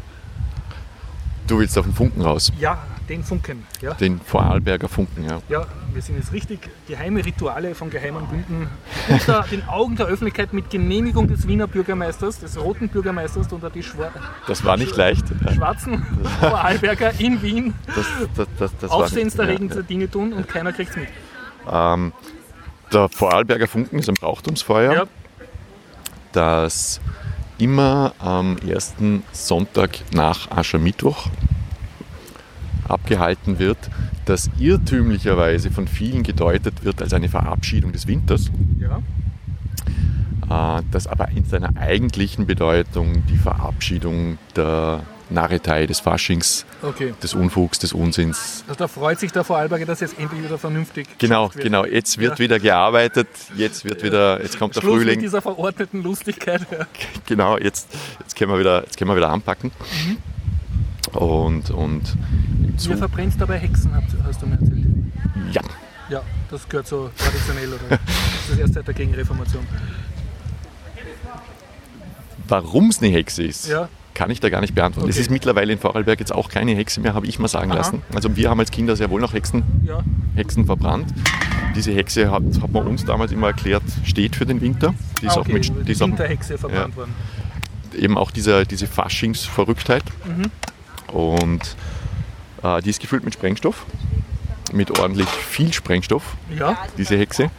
Du willst auf den Funken raus.
Ja, den Funken. Ja,
Den Vorarlberger Funken, ja.
ja wir sind jetzt richtig. Geheime Rituale von geheimen Bünden unter den Augen der Öffentlichkeit mit Genehmigung des Wiener Bürgermeisters, des roten Bürgermeisters unter die Schwar
Das war nicht leicht. [LAUGHS]
schwarzen Vorarlberger in Wien.
Das, das, das, das war-
Aufsehenserregende Dinge tun und keiner kriegt's mit.
Der Vorarlberger Funken ist ein Brauchtumsfeuer,
Ja,
das immer am ersten Sonntag nach Aschermittwoch abgehalten wird, das irrtümlicherweise von vielen gedeutet wird als eine Verabschiedung des Winters.
ja.
äh, das aber in seiner eigentlichen Bedeutung die Verabschiedung der Narretei, des Faschings,
Okay.
des Unfugs, des Unsinns.
Also da freut sich der Vorarlberger, dass jetzt endlich wieder vernünftig.
Genau,
geschafft wird.
genau. Jetzt wird wieder gearbeitet, jetzt wird wieder, jetzt kommt der
Schluss mit
Frühling.
dieser verordneten Lustigkeit.
Genau, jetzt, jetzt können wir wieder, jetzt können wir wieder anpacken. Und, und im
Ihr
Zug,
verbrennt dabei Hexen, habt- hast du mir erzählt.
ja,
Ja, das gehört so traditionell oder das ist erst seit der Gegenreformation.
warum es eine Hexe ist,
Ja.
kann ich da gar nicht beantworten. Es
Okay.
ist mittlerweile in Vorarlberg jetzt auch keine Hexe mehr, habe ich mal sagen
Aha.
lassen. Also wir haben als Kinder sehr wohl noch Hexen
Ja,
Hexen verbrannt. Diese Hexe hat, hat man uns damals immer erklärt, steht für den Winter. Die ist
ah, okay.
auch mit die ist auch,
Winterhexe verbrannt
ja.
worden.
eben auch diese, diese Faschingsverrücktheit.
Mhm.
Und äh, die ist gefüllt mit Sprengstoff, mit ordentlich viel Sprengstoff,
Ja,
diese Hexe.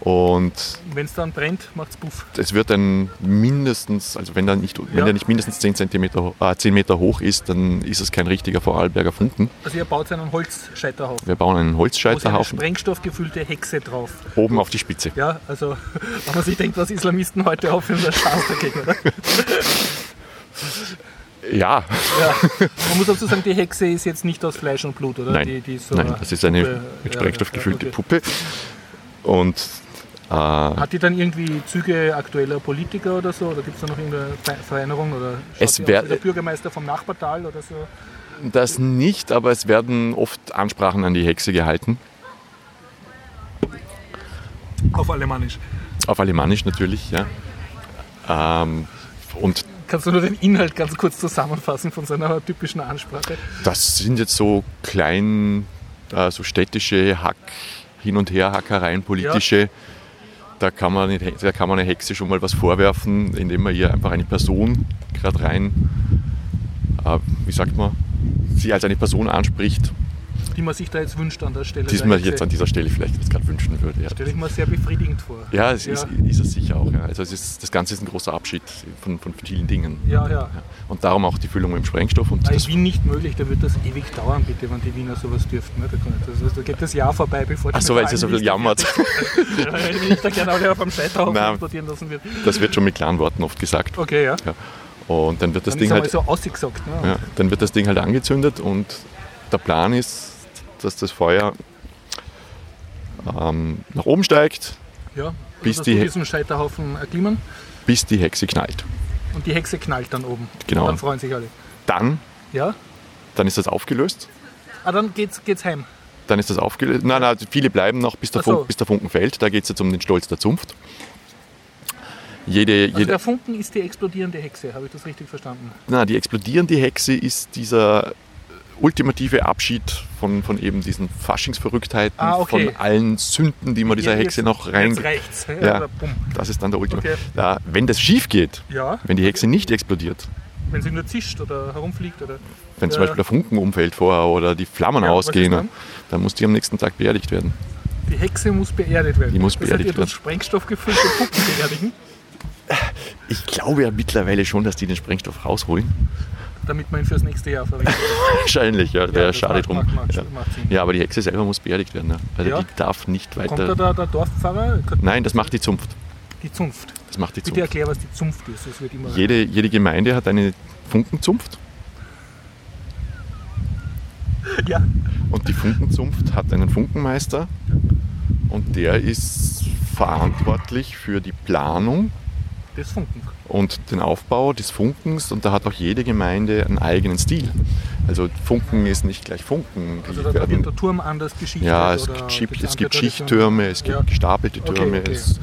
Und
wenn es dann brennt, macht's puff.
es wird dann mindestens, also wenn der nicht,
Ja.
wenn der nicht mindestens 10, Zentimeter, ho- äh, 10 Meter hoch ist, dann ist es kein richtiger Vorarlberger Funken.
Also ihr baut einen Holzscheiterhaufen.
Wir bauen einen
Wo ist eine
Holzscheiterhaufen
sprengstoffgefüllte Hexe drauf?
oben auf die Spitze.
Ja, also [LAUGHS] wenn man sich denkt, was Islamisten heute aufhören, der Spaß dagegen, oder?
Ja,
Ja. Man muss dazu sagen, die Hexe ist jetzt nicht aus Fleisch und Blut, oder?
[LAUGHS] Nein,
die, die so
Nein, das ist eine
Puppe,
mit
ja,
Sprengstoff
ja,
gefüllte
okay.
Puppe. Und äh,
Hat die dann irgendwie Züge aktueller Politiker oder so? Oder gibt es da noch irgendeine Ver- Veränderung? Oder schaut
Es
die aus
wär-
wie der Bürgermeister vom Nachbartal oder so?
das nicht, aber es werden oft Ansprachen an die Hexe gehalten.
Auf Alemannisch.
Auf Alemannisch natürlich, ja. Ähm, und
Kannst du nur den Inhalt ganz kurz zusammenfassen von seiner typischen Ansprache?
das sind jetzt so klein, äh, so städtische Hack, hin und her Hackereien, politische. Da, kann man, nicht- da kann man eine Hexe schon mal was vorwerfen, indem man ihr einfach eine Person gerade rein, äh, wie sagt man, sie als eine Person anspricht
Die man sich da jetzt wünscht an der Stelle.
die
der
man
Hexe.
jetzt an dieser Stelle vielleicht jetzt gerade wünschen würde. Ja,
Stelle ich mir sehr befriedigend vor.
ja es
ja.
Ist, ist es sicher auch. Ja. Also es ist, das Ganze ist ein großer Abschied von, von vielen Dingen.
Ja, ja.
Ja. Und darum auch die Füllung mit dem Sprengstoff. Und
Aber
das,
In Wien nicht möglich, da wird das ewig dauern, bitte, wenn die Wiener sowas dürften. Ne? Da, kann nicht- das, da geht das Jahr vorbei, bevor die
ach so,
mit
weil sie so
allen [LAUGHS]
viel
Listen
jammert.
fertig- Weil die nicht da gerne alle auf dem Scheiterhaufen
Nein.
explodieren lassen wird.
Das wird schon mit klaren Worten oft gesagt.
Okay, ja.
Ja. Und dann wird das
dann
Ding
ist
halt,
einmal so ausgesagt. Ne?
ja, dann wird das Ding halt angezündet und der Plan ist, dass das Feuer ähm, nach oben steigt,
Ja, also
Bis
bis
die-
die diesen Scheiterhaufen erklimmen
bis die Hexe knallt.
und die Hexe knallt dann oben.
Genau.
Und dann freuen sich alle.
Dann,
Ja?
dann ist das aufgelöst.
Ah, dann geht's, geht's heim.
Dann ist das aufgelöst. Nein, nein, viele bleiben noch, bis der,
Ach so.
Funken, bis der Funken fällt. Da geht es jetzt um den Stolz der Zunft. Jede,
Also der
jede,
Funken ist die explodierende Hexe, habe ich das richtig verstanden?
na, die explodierende Hexe ist dieser ultimative Abschied von, von eben diesen Faschingsverrücktheiten,
Ah, okay.
von allen Sünden, die man dieser
Hier
Hexe
ist-
noch rein.
Jetzt rechts.
Ja,
Oder bumm.
das ist dann der Ultima.
Okay.
Ja, wenn das schief geht,
ja,
wenn die Hexe nicht explodiert,
wenn sie nur zischt oder herumfliegt oder.
wenn zum
Ja.
Beispiel der Funken umfällt vorher oder die Flammen
Ja, was
ausgehen,
ist dann?
dann? muss die am nächsten Tag beerdigt werden.
Die Hexe muss beerdigt werden.
Die muss
das heißt,
beerdigt
ihr tut
werden.
Sprengstoffgefüllte Puppen beerdigen,
Ich glaube ja mittlerweile schon, dass die den Sprengstoff rausholen. [LAUGHS]
damit man ihn fürs nächste Jahr verwendet.
Wahrscheinlich, ja, wäre
das
schade
macht-
drum.
macht- macht-
ja.
macht Sinn.
ja, aber die Hexe selber muss beerdigt werden. Ne? Also
Ja.
die darf nicht
Kommt da
weiter.
der, der Dorfpfarrer?
Nein, das macht die Zunft.
Die Zunft.
Das macht die
Bitte
Zunft.
erklär, was die Zunft ist. Das wird immer.
Jede, jede Gemeinde hat eine Funkenzunft
[LAUGHS] Ja.
und die Funkenzunft hat einen Funkenmeister und der ist verantwortlich für die Planung
Das Funken.
und den Aufbau des Funkens und da hat auch jede Gemeinde einen eigenen Stil. Also Funken ist nicht gleich Funken.
Also
Die
da, da
werden-
wird der Turm anders geschichtet.
ja, es
oder
gibt, Schieb,
gibt's
es gibt
andere Traditionen?
Schichttürme, es gibt
Ja.
gestapelte
Okay,
Türme,
okay.
es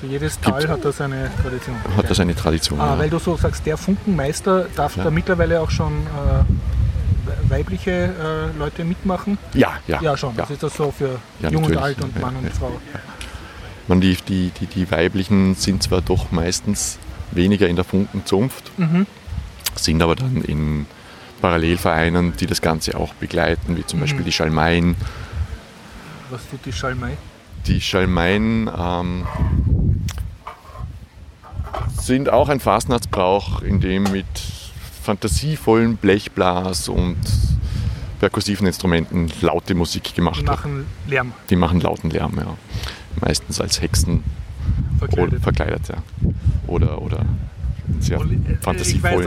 Für jedes Tal
gibt-
hat das eine Tradition.
hat das eine Tradition.
Ah,
ja.
weil du so sagst, der Funkenmeister darf
Ja.
da mittlerweile auch schon äh, weibliche äh, Leute mitmachen.
ja, ja,
Ja, schon. Das ist das so für
Ja,
Jung und
natürlich.
Alt und
Ja,
Mann
ja,
und
ja.
Frau.
Man, die, die, die, die weiblichen sind zwar doch meistens weniger in der Funkenzunft,
Mhm.
sind aber dann in Parallelvereinen, die das Ganze auch begleiten, wie zum
Mhm.
Beispiel die Schalmeien.
Was tut die Schalmei?
Die Schalmeien ähm, sind auch ein Fastnachtsbrauch, in dem mit fantasievollen Blechblas und perkussiven Instrumenten laute Musik
Die
gemacht wird.
machen Lärm
Die machen lauten Lärm, ja. Meistens als Hexen Oder
verkleidet.
verkleidet, ja. Oder, oder sehr
Und, äh, ich weiß, das
fantasievollen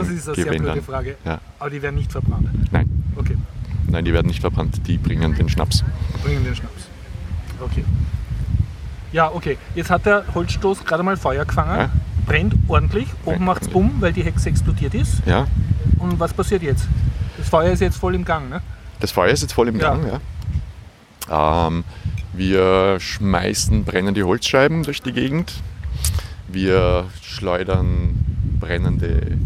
ist eine sehr blöde
Gewändern.
Frage,
Ja.
aber die werden nicht verbrannt.
Nein,
Okay,
nein, die werden nicht verbrannt, die bringen den Schnaps.
bringen den Schnaps. Okay. Ja, okay. Jetzt hat der Holzstoß gerade mal Feuer gefangen,
Ja.
brennt ordentlich, oben macht's bumm, weil die Hexe explodiert ist.
Ja?
Und was passiert jetzt? Das Feuer ist jetzt voll im Gang, ne?
Das Feuer ist jetzt voll im
Ja.
Gang, ja. Ähm, wir schmeißen brennende Holzscheiben durch die Gegend. Wir schleudern brennende.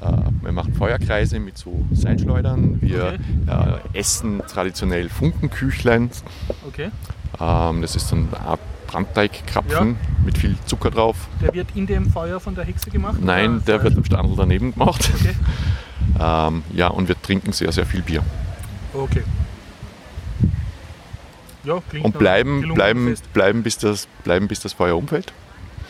Äh, wir machen Feuerkreise mit so Seilschleudern. Wir äh, essen traditionell Funkenküchlein.
Okay.
Ähm, das ist so eine Art Brandteigkrapfen mit viel Zucker drauf.
Der wird in dem Feuer von der Hexe gemacht?
Nein,
oder
der
Feuer-
wird am Standel daneben gemacht.
Okay.
[LAUGHS] Ähm, ja, und wir trinken sehr, sehr viel Bier.
Okay. Ja, klingt
Und
nach
bleiben,
gelungenem
bleiben,
Genau. Fest.
bleiben, bis das, bleiben, bis das Feuer umfällt.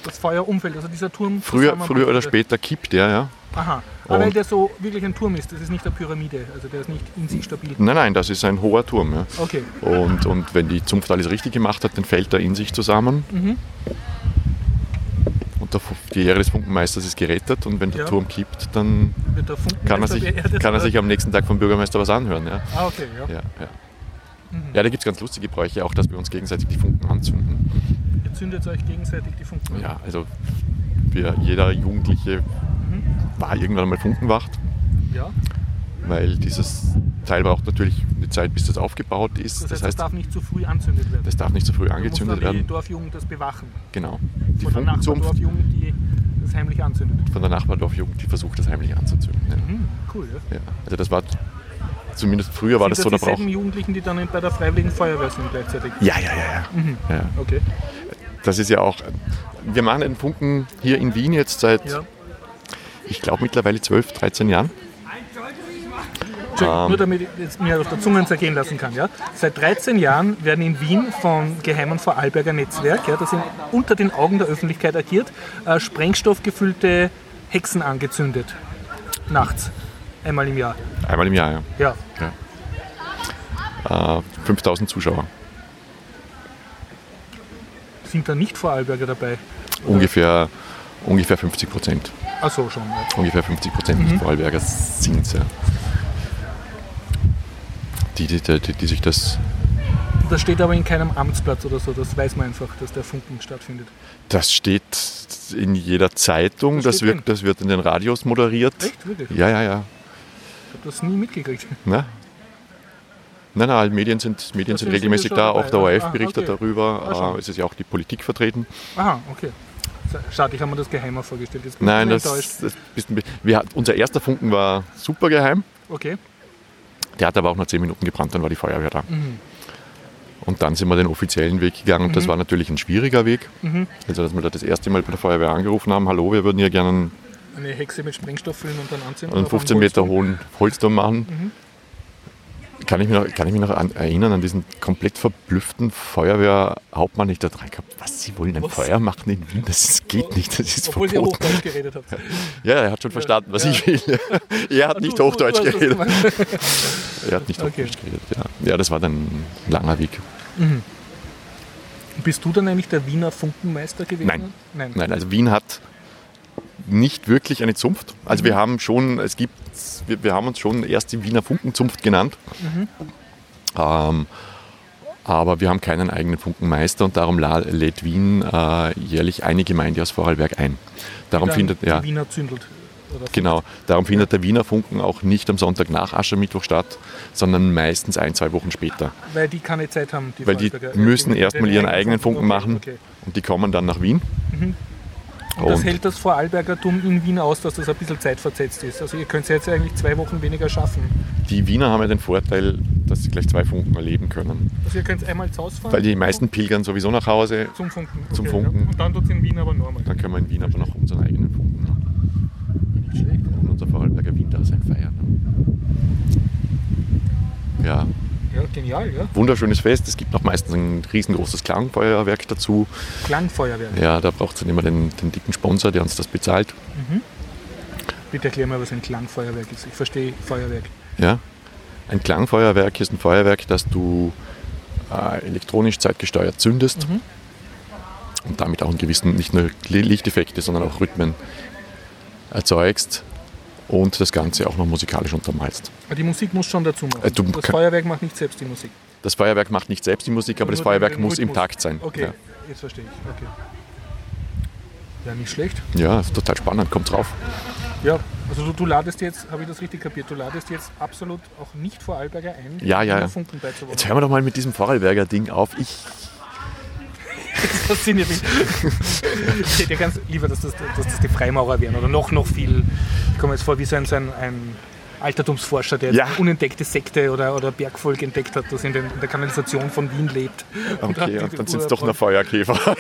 Das Feuer umfällt, also dieser Turm.
Früher,
zusammenbringt,
früher oder
der-
später kippt der, ja.
Aha. Aber weil
Und-
der so wirklich ein Turm ist, das ist nicht eine Pyramide, also der ist nicht in sich stabil.
Nein, nein, das ist ein hoher Turm. Ja.
Okay.
Und, und wenn die Zunft alles richtig gemacht hat, dann fällt er in sich zusammen.
Mhm.
Und der, Fu- die Ehre des Funkenmeisters ist gerettet. Und wenn der
Ja.
Turm kippt, dann
Wird der Funken
kann er,
besser
sich,
beerdet,
kann er
oder?
sich am nächsten Tag vom Bürgermeister was anhören. Ja,
Ah, okay, ja.
ja, ja. ja da gibt es ganz lustige Bräuche, auch dass wir uns gegenseitig die Funken anzünden.
Ihr zündet euch gegenseitig die Funken. an.
Ja, also wir, jeder Jugendliche war irgendwann einmal Funkenwacht,
ja.
weil dieses Teil braucht natürlich eine Zeit, bis das aufgebaut ist.
Das heißt, das darf nicht zu früh anzündet werden.
das darf nicht zu früh
also Da
angezündet
muss dann Die
werden.
Dorfjugend das bewachen.
Genau. Die
Von der
Funkenzunft
Nachbardorfjugend, die das heimlich anzündet.
von der Nachbardorfjugend, die versucht das heimlich anzuzünden.
Hm, cool, ja.
Ja. Ja. Also das war zumindest früher war das,
Sind
so
das
der
die
Brauch.
selben Jugendlichen, die dann bei der Freiwilligen Feuerwehr sind gleichzeitig?
Ja, ja, ja, ja. ja.
Okay.
Das ist ja auch. Wir machen den Funken hier in Wien jetzt seit,
Ja.
ich glaube mittlerweile 12, 13 Jahren. Ähm.
Entschuldigung, Nur damit ich es mir auf der Zunge zergehen lassen kann. Ja? Seit 13 Jahren werden in Wien vom geheimen Vorarlberger Netzwerk, ja, das in, unter den Augen der Öffentlichkeit agiert, äh, sprengstoffgefüllte Hexen angezündet. Nachts. Einmal im Jahr.
Einmal im Jahr, ja.
Ja.
Äh, 5000 Zuschauer.
Sind da nicht Vorarlberger dabei?
Ungefähr, ungefähr 50 Prozent.
Ach so, schon. Ja.
Ungefähr 50 Prozent mhm. Vorarlberger sind ja. Die, die, die, die sich das.
Das steht aber in keinem Amtsplatz oder so. Das weiß man einfach, dass der Funken stattfindet.
Das steht in jeder Zeitung,
Das
das,
steht
wird, das wird in den Radios moderiert.
Echt? Wirklich?
Ja, ja, ja.
Ich habe das nie mitgekriegt.
Na? Ne? Nein, nein, Medien sind, Medien
Das sind-
sind
sind
regelmäßig
wir schon
da,
dabei,
auch der
ja.
ORF
Ah,
berichtet
okay. Ah,
darüber.
schon.
äh, es ist ja auch die Politik vertreten.
Aha, okay. Schade, ich habe mir das geheimer vorgestellt. Jetzt bin ich
Nein, das,
enttäuscht.
das bist ein bisschen, wir, hat- unser erster Funken war super geheim.
Okay.
Der hat aber auch nur 10 Minuten gebrannt, dann war die Feuerwehr da.
Mhm.
Und dann sind wir den offiziellen Weg gegangen und das war natürlich ein schwieriger Weg.
Mhm.
Also, dass wir da das erste Mal bei der Feuerwehr angerufen haben, hallo, wir würden hier gerne einen,
Eine Hexe mit Sprengstoff füllen und dann anziehen.
einen
oder auf
15 Meter
Holzboden.
hohen Holzturm machen. Kann ich mich noch, kann ich mich noch an, erinnern an diesen komplett verblüfften Feuerwehrhauptmann, den ich da dran gehabt habe. Was, Sie wollen ein
Was?
Feuer machen in Wien? Das ist- geht nicht, das ist
Obwohl ihr
verboten.
Hochdeutsch geredet habt.
Ja, er hat schon verstanden, was ich will. [LAUGHS] er hat nicht
Du- du-
Hochdeutsch
du hast das
geredet.
gemeint.
Er hat nicht
Okay.
Hochdeutsch geredet, ja. Ja, das war dann ein langer Weg.
Bist du dann eigentlich der Wiener Funkenmeister gewesen?
Nein.
Nein.
Nein, also Wien hat nicht wirklich eine Zunft. Also
Mhm.
wir haben schon, es gibt, wir, wir haben uns schon erst die Wiener Funkenzunft genannt.
Mhm.
Ähm, aber wir haben keinen eigenen Funkenmeister und darum la- lädt Wien äh, jährlich eine Gemeinde aus Vorarlberg ein. Darum
Dann
findet,
die
ja,
Wiener zündelt. Oder
Genau, darum findet der Wiener Funken auch nicht am Sonntag nach Aschermittwoch statt, sondern meistens ein, zwei Wochen später.
Weil die keine Zeit haben. Die
Weil die
Vorarlberger.
müssen
Die-
erstmal
den
ihren eigenen Funken
okay,
machen
Okay.
und die kommen dann nach Wien.
Und das
Und-
hält das Vorarlbergertum in Wien aus, dass das ein bisschen zeitversetzt ist. Also ihr könnt jetzt eigentlich zwei Wochen weniger schaffen.
Die Wiener haben ja den Vorteil, dass sie gleich zwei Funken erleben können.
Also ihr könnt einmal ins Haus fahren.
Weil die meisten pilgern sowieso nach Hause,
Zum Funken.
Zum Funken.
Ja. Und dann tut es in Wien aber normal.
dann können wir in Wien aber noch unseren eigenen Funken machen
Nicht schlecht.
und unser Vorarlberger Wien-Dasein feiern. Ja,
Ja, genial, ja.
wunderschönes Fest. Es gibt noch meistens ein riesengroßes Klangfeuerwerk dazu.
Klangfeuerwerk.
Ja, da braucht es dann immer den, den dicken Sponsor, der uns das bezahlt.
Bitte erklär mal, was ein Klangfeuerwerk ist. Ich verstehe Feuerwerk.
Ja? Ein Klangfeuerwerk ist ein Feuerwerk, das du äh, elektronisch zeitgesteuert zündest
Mhm.
und damit auch einen gewissen, nicht nur Li- Lichteffekte, sondern auch Rhythmen erzeugst und das Ganze auch noch musikalisch untermalst.
Aber die Musik muss schon dazu machen.
Äh, du
das
kann-
Feuerwerk macht nicht selbst die Musik.
Das Feuerwerk macht nicht selbst die Musik, aber das
Nur
Feuerwerk
den
muss im
Rhythmus.
Takt sein.
Okay, jetzt verstehe ich. Okay. Ja, nicht schlecht.
Ja. ja, ist total spannend, kommt drauf.
Ja, also du, du ladest jetzt, habe ich das richtig kapiert, du ladest jetzt absolut auch nicht Vorarlberger ein,
Ja, ja,
Wiener
ja.
Funken beizuwohnen.
[LAUGHS] Jetzt hören wir doch mal mit diesem Vorarlberger-Ding auf.
[LAUGHS]
Ich,
Das fasziniert mich. Ich hätte ja ganz lieber, dass das, dass das die Freimaurer wären oder noch, noch viel. Ich komme jetzt vor wie so ein, so ein, ein Altertumsforscher, der jetzt
Ja.
eine unentdeckte Sekte oder, oder Bergvolk entdeckt hat, das in, den, in der Kanalisation von Wien lebt.
okay, und dann sind es doch
noch
nur Feuerkäfer. [LAUGHS]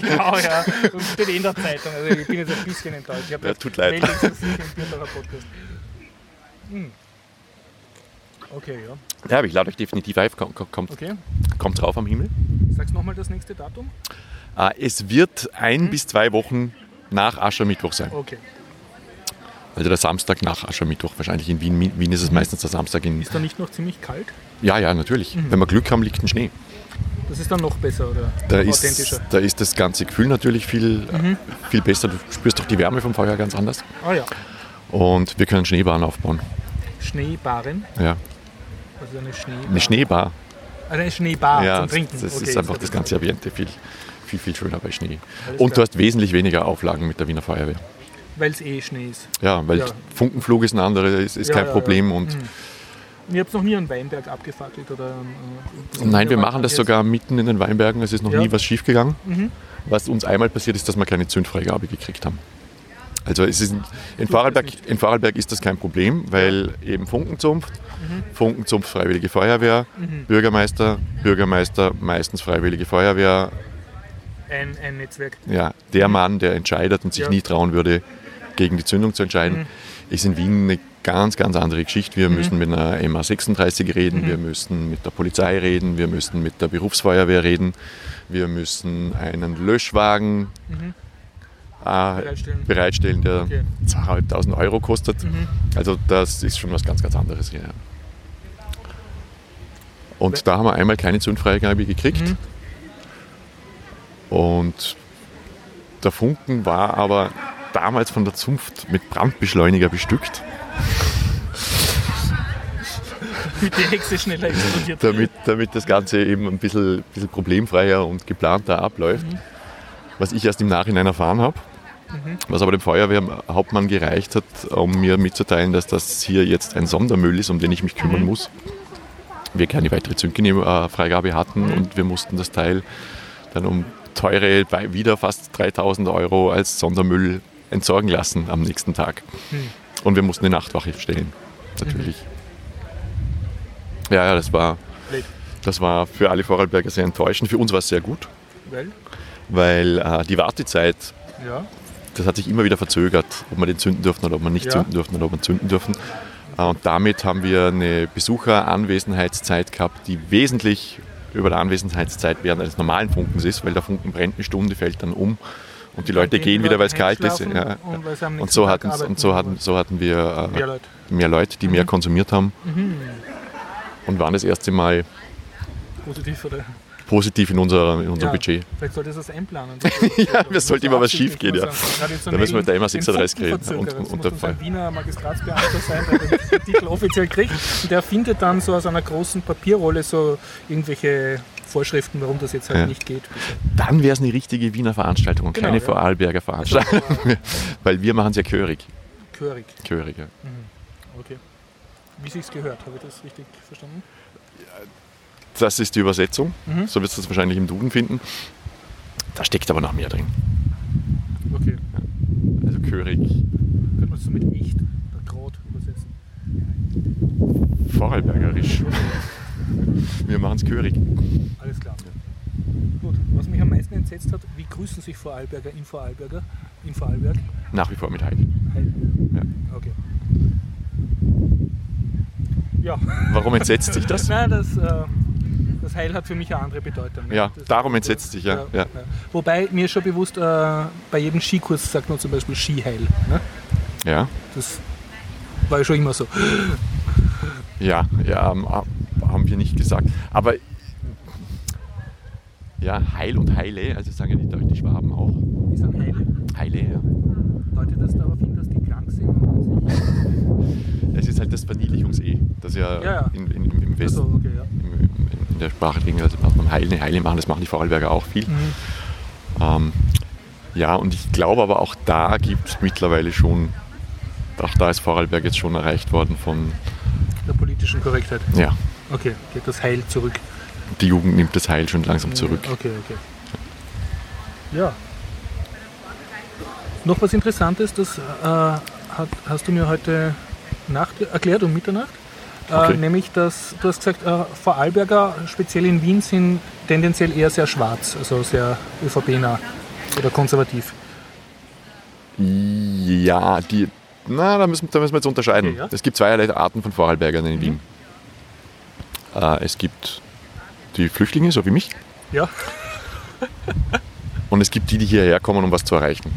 Genau, ja. Und steht eh in der Zeitung. Also ich bin jetzt ein bisschen enttäuscht. Ich hab
Ja,
jetzt
tut leid.
Meldung gesehen im Vierteler Podcast. Hm. Okay, ja.
ja, aber ich lade euch definitiv ein, kommt, kommt,
Okay.
kommt drauf am Himmel.
Sag's nochmal das nächste Datum.
Äh, Es wird ein
Mhm.
bis zwei Wochen nach Aschermittwoch sein.
Okay.
Also der Samstag nach Aschermittwoch wahrscheinlich in Wien. Wien ist es meistens der Samstag in.
Ist Mhm. da nicht noch ziemlich kalt?
Ja, ja, natürlich. Wenn wir Glück haben, liegt ein Schnee.
Das ist dann noch besser oder
Da ist,
authentischer. Mhm.
da ist das ganze Gefühl natürlich viel, äh, viel besser. Du spürst doch die Wärme vom Feuer ganz anders.
Ah ja.
Und wir können Schneebahn aufbauen.
Schneebaren.
Ja.
Also eine Schneebar.
Eine Schneebar.
Also eine Schneebar
ja,
zum Trinken.
das
Okay,
ist einfach
so
das ganze Ambiente viel, viel, viel schöner bei Schnee.
Alles
Und du
klar.
hast wesentlich weniger Auflagen mit der Wiener Feuerwehr.
Weil es eh Schnee ist.
Ja, weil
Ja.
Funkenflug ist ein anderer, ist, ist
Ja, Mhm. ja,
kein
ja.
Problem. Und
Ihr habt noch nie einen Weinberg abgefackelt oder. einen, äh,
Nein, wir machen Mhm. das sogar mitten in den Weinbergen. Es ist noch
Ja.
nie was schiefgegangen. Was uns einmal passiert ist, dass wir keine Zündfreigabe gekriegt haben. Also es ist in, Vorarlberg, in Vorarlberg ist das kein Problem, weil eben Funkenzunft, Funkenzunft Freiwillige Feuerwehr, Bürgermeister, Bürgermeister, meistens Freiwillige Feuerwehr.
Ein, ein Netzwerk.
Ja, der Mann, der entscheidet und sich
Ja.
nie trauen würde, gegen die Zündung zu entscheiden, ist in Wien eine ganz, ganz andere Geschichte. Wir müssen mit einer MA 36 reden, wir müssen mit der Polizei reden, wir müssen mit der Berufsfeuerwehr reden, wir müssen einen Löschwagen äh,
Bereitstellen. [LAUGHS]
bereitstellen. der
Mhm. Okay.
2.500 Euro kostet. Also das ist schon was ganz, ganz anderes hier. ja. Und da haben wir einmal keine Zündfreigabe gekriegt. Und der Funken war aber damals von der Zunft mit Brandbeschleuniger bestückt,
Mit der Hexe schneller explodiert.
damit, damit das Ganze eben ein bisschen, bisschen problemfreier und geplanter abläuft. Was ich erst im Nachhinein erfahren habe. Was aber dem Feuerwehrhauptmann gereicht hat, um mir mitzuteilen, dass das hier jetzt ein Sondermüll ist, um den ich mich kümmern muss. Wir keine weitere Zündfreigabe hatten und wir mussten das Teil dann um teure, bei- wieder fast 3000 Euro als Sondermüll entsorgen lassen am nächsten Tag. Und wir mussten die Nachtwache stellen, natürlich. Ja, ja, das war,
Blöd.
das war für alle Vorarlberger sehr enttäuschend. Für uns war es sehr gut,
Weil,
weil äh, die Wartezeit,
ja,
das hat sich immer wieder verzögert, ob wir den zünden durften oder ob wir nicht
Ja.
zünden durften oder ob wir zünden dürfen. Äh, und damit haben wir eine Besucheranwesenheitszeit gehabt, die wesentlich über der Anwesenheitszeit während eines normalen Funkens ist, weil der Funken brennt eine Stunde, fällt dann um und die Leute
gehen
gehen
die
wieder, weil es
Leute
kalt ist.
einschlafen
Ja,
und weil sie am
ja. und
nächsten
so
Tag
hatten,
arbeiten
und so hatten,
müssen.
so hatten
mehr
wir äh,
Leute.
mehr Leute,
Mhm.
die mehr konsumiert haben und waren das erste Mal
Positiv oder?
positiv in, unserer, in unserem
Ja,
Budget.
Vielleicht sollte das
[LAUGHS]
einplanen.
Ja, es sollte immer was schief gehen, ja.
Da
Da müssen wir mit der MA 36 reden und-
Und,
und
und,
der
muss
Fall.
ein Wiener Magistratsbeamter sein, der den Titel offiziell kriegt. Und der findet dann so aus einer großen Papierrolle so irgendwelche Vorschriften, warum das jetzt halt
Ja.
nicht
[LAUGHS]
geht.
Dann wäre es eine richtige Wiener Veranstaltung und
Genau,
keine
ja.
Vorarlberger Veranstaltung. [LAUGHS] Weil wir machen es ja körig.
Körig.
körig ja.
Okay. Wie sich's gehört, habe ich das richtig verstanden?
Das ist die Übersetzung.
Mhm.
So wirst du es wahrscheinlich im Duden finden. Da steckt aber noch mehr drin.
Okay.
Also körig.
Könnte man es so mit echt oder Kraut übersetzen? [LAUGHS]
Vorarlbergerisch. Wir machen es körig.
Alles klar. Gut, was mich am meisten entsetzt hat, wie grüßen sich Vorarlberger im Vorarlberger, im Vorarlberg?
Nach wie vor mit Heil.
Hi.
Ja.
Okay. Ja,
Warum entsetzt
[LAUGHS]
sich das?
nein, das, äh, das Heil hat für mich eine andere Bedeutung. ne?
Ja,
Das-
darum entsetzt sich, ja, ja.
Wobei mir ist schon bewusst, äh, bei jedem Skikurs sagt man zum Beispiel Skiheil. Ne?
Ja,
Das war ja schon immer so.
ja, ja, ähm, haben wir nicht gesagt. Aber ja, Heil und Heile, also sagen ja die, Deu- die Schwaben auch.
Ist ein Heil.
Heile, ja.
Deutet das darauf hin, dass die krank sind? Und sich
Es ist halt das Verniedlichungs-E, das ja,
Ja, ja.
In, in, im- im Westen,
Also, okay, ja.
im, im, in der Sprache drin, also macht man Heile, Heile machen, das machen die Vorarlberger auch viel.
Mhm.
Ähm, ja, und ich glaube aber auch da gibt es mittlerweile schon, auch da ist Vorarlberg jetzt schon erreicht worden von,
Der politischen Korrektheit.
ja,
Okay, geht das Heil zurück.
die Jugend nimmt das Heil schon langsam zurück.
Okay, okay. Ja. Noch was Interessantes, das äh, hat, hast du mir heute Nacht erklärt, um Mitternacht. Äh,
Okay.
nämlich, dass du hast gesagt, äh, Vorarlberger, speziell in Wien, sind tendenziell eher sehr schwarz, also sehr ÖVP-nah oder konservativ.
Ja, die, na, da müssen, da müssen wir jetzt unterscheiden.
Okay, ja. Mhm.
Es gibt zweierlei Arten von Vorarlbergern in Wien. Äh, es gibt die Flüchtlinge, so wie mich,
Ja,
Und es gibt die, die hierher kommen, um was zu erreichen.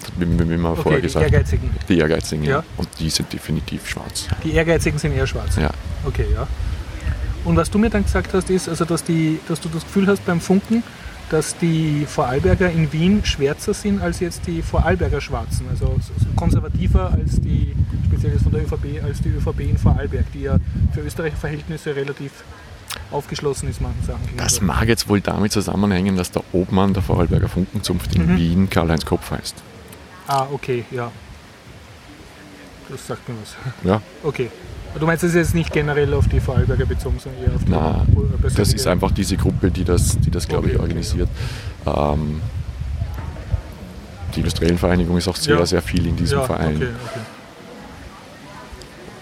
Das hat mir, mir mir mal
okay,
vorher
die
gesagt.
Ehrgeizigen.
Die Ehrgeizigen. Ja.
Ja.
Und die sind definitiv schwarz.
Die Ehrgeizigen sind eher schwarz.
Ja.
Okay, ja. Und was du mir dann gesagt hast, ist, also, dass, die, dass du das Gefühl hast beim Funken, dass die Vorarlberger in Wien schwärzer sind als jetzt die Vorarlberger Schwarzen. Also so- so konservativer als die, speziell jetzt von der ÖVP, als die ÖVP in Vorarlberg, die ja für österreichische Verhältnisse relativ aufgeschlossen ist manchen Sachen gegenüber.
Das mag jetzt wohl damit zusammenhängen, dass der Obmann der Vorarlberger Funkenzunft in
Mhm.
Wien Karl-Heinz Kopf heißt.
Ah, okay, ja. Das sagt mir was.
Ja,
Okay. Du meinst, das ist jetzt nicht generell auf die Vorarlberger bezogen, sondern eher auf die
na, das
persönliche-
ist einfach diese Gruppe, die das, die das glaube ich,
Okay, okay,
organisiert. Ähm, die Industriellenvereinigung ist auch sehr,
Ja.
sehr viel in diesem
ja,
Verein.
Okay, okay.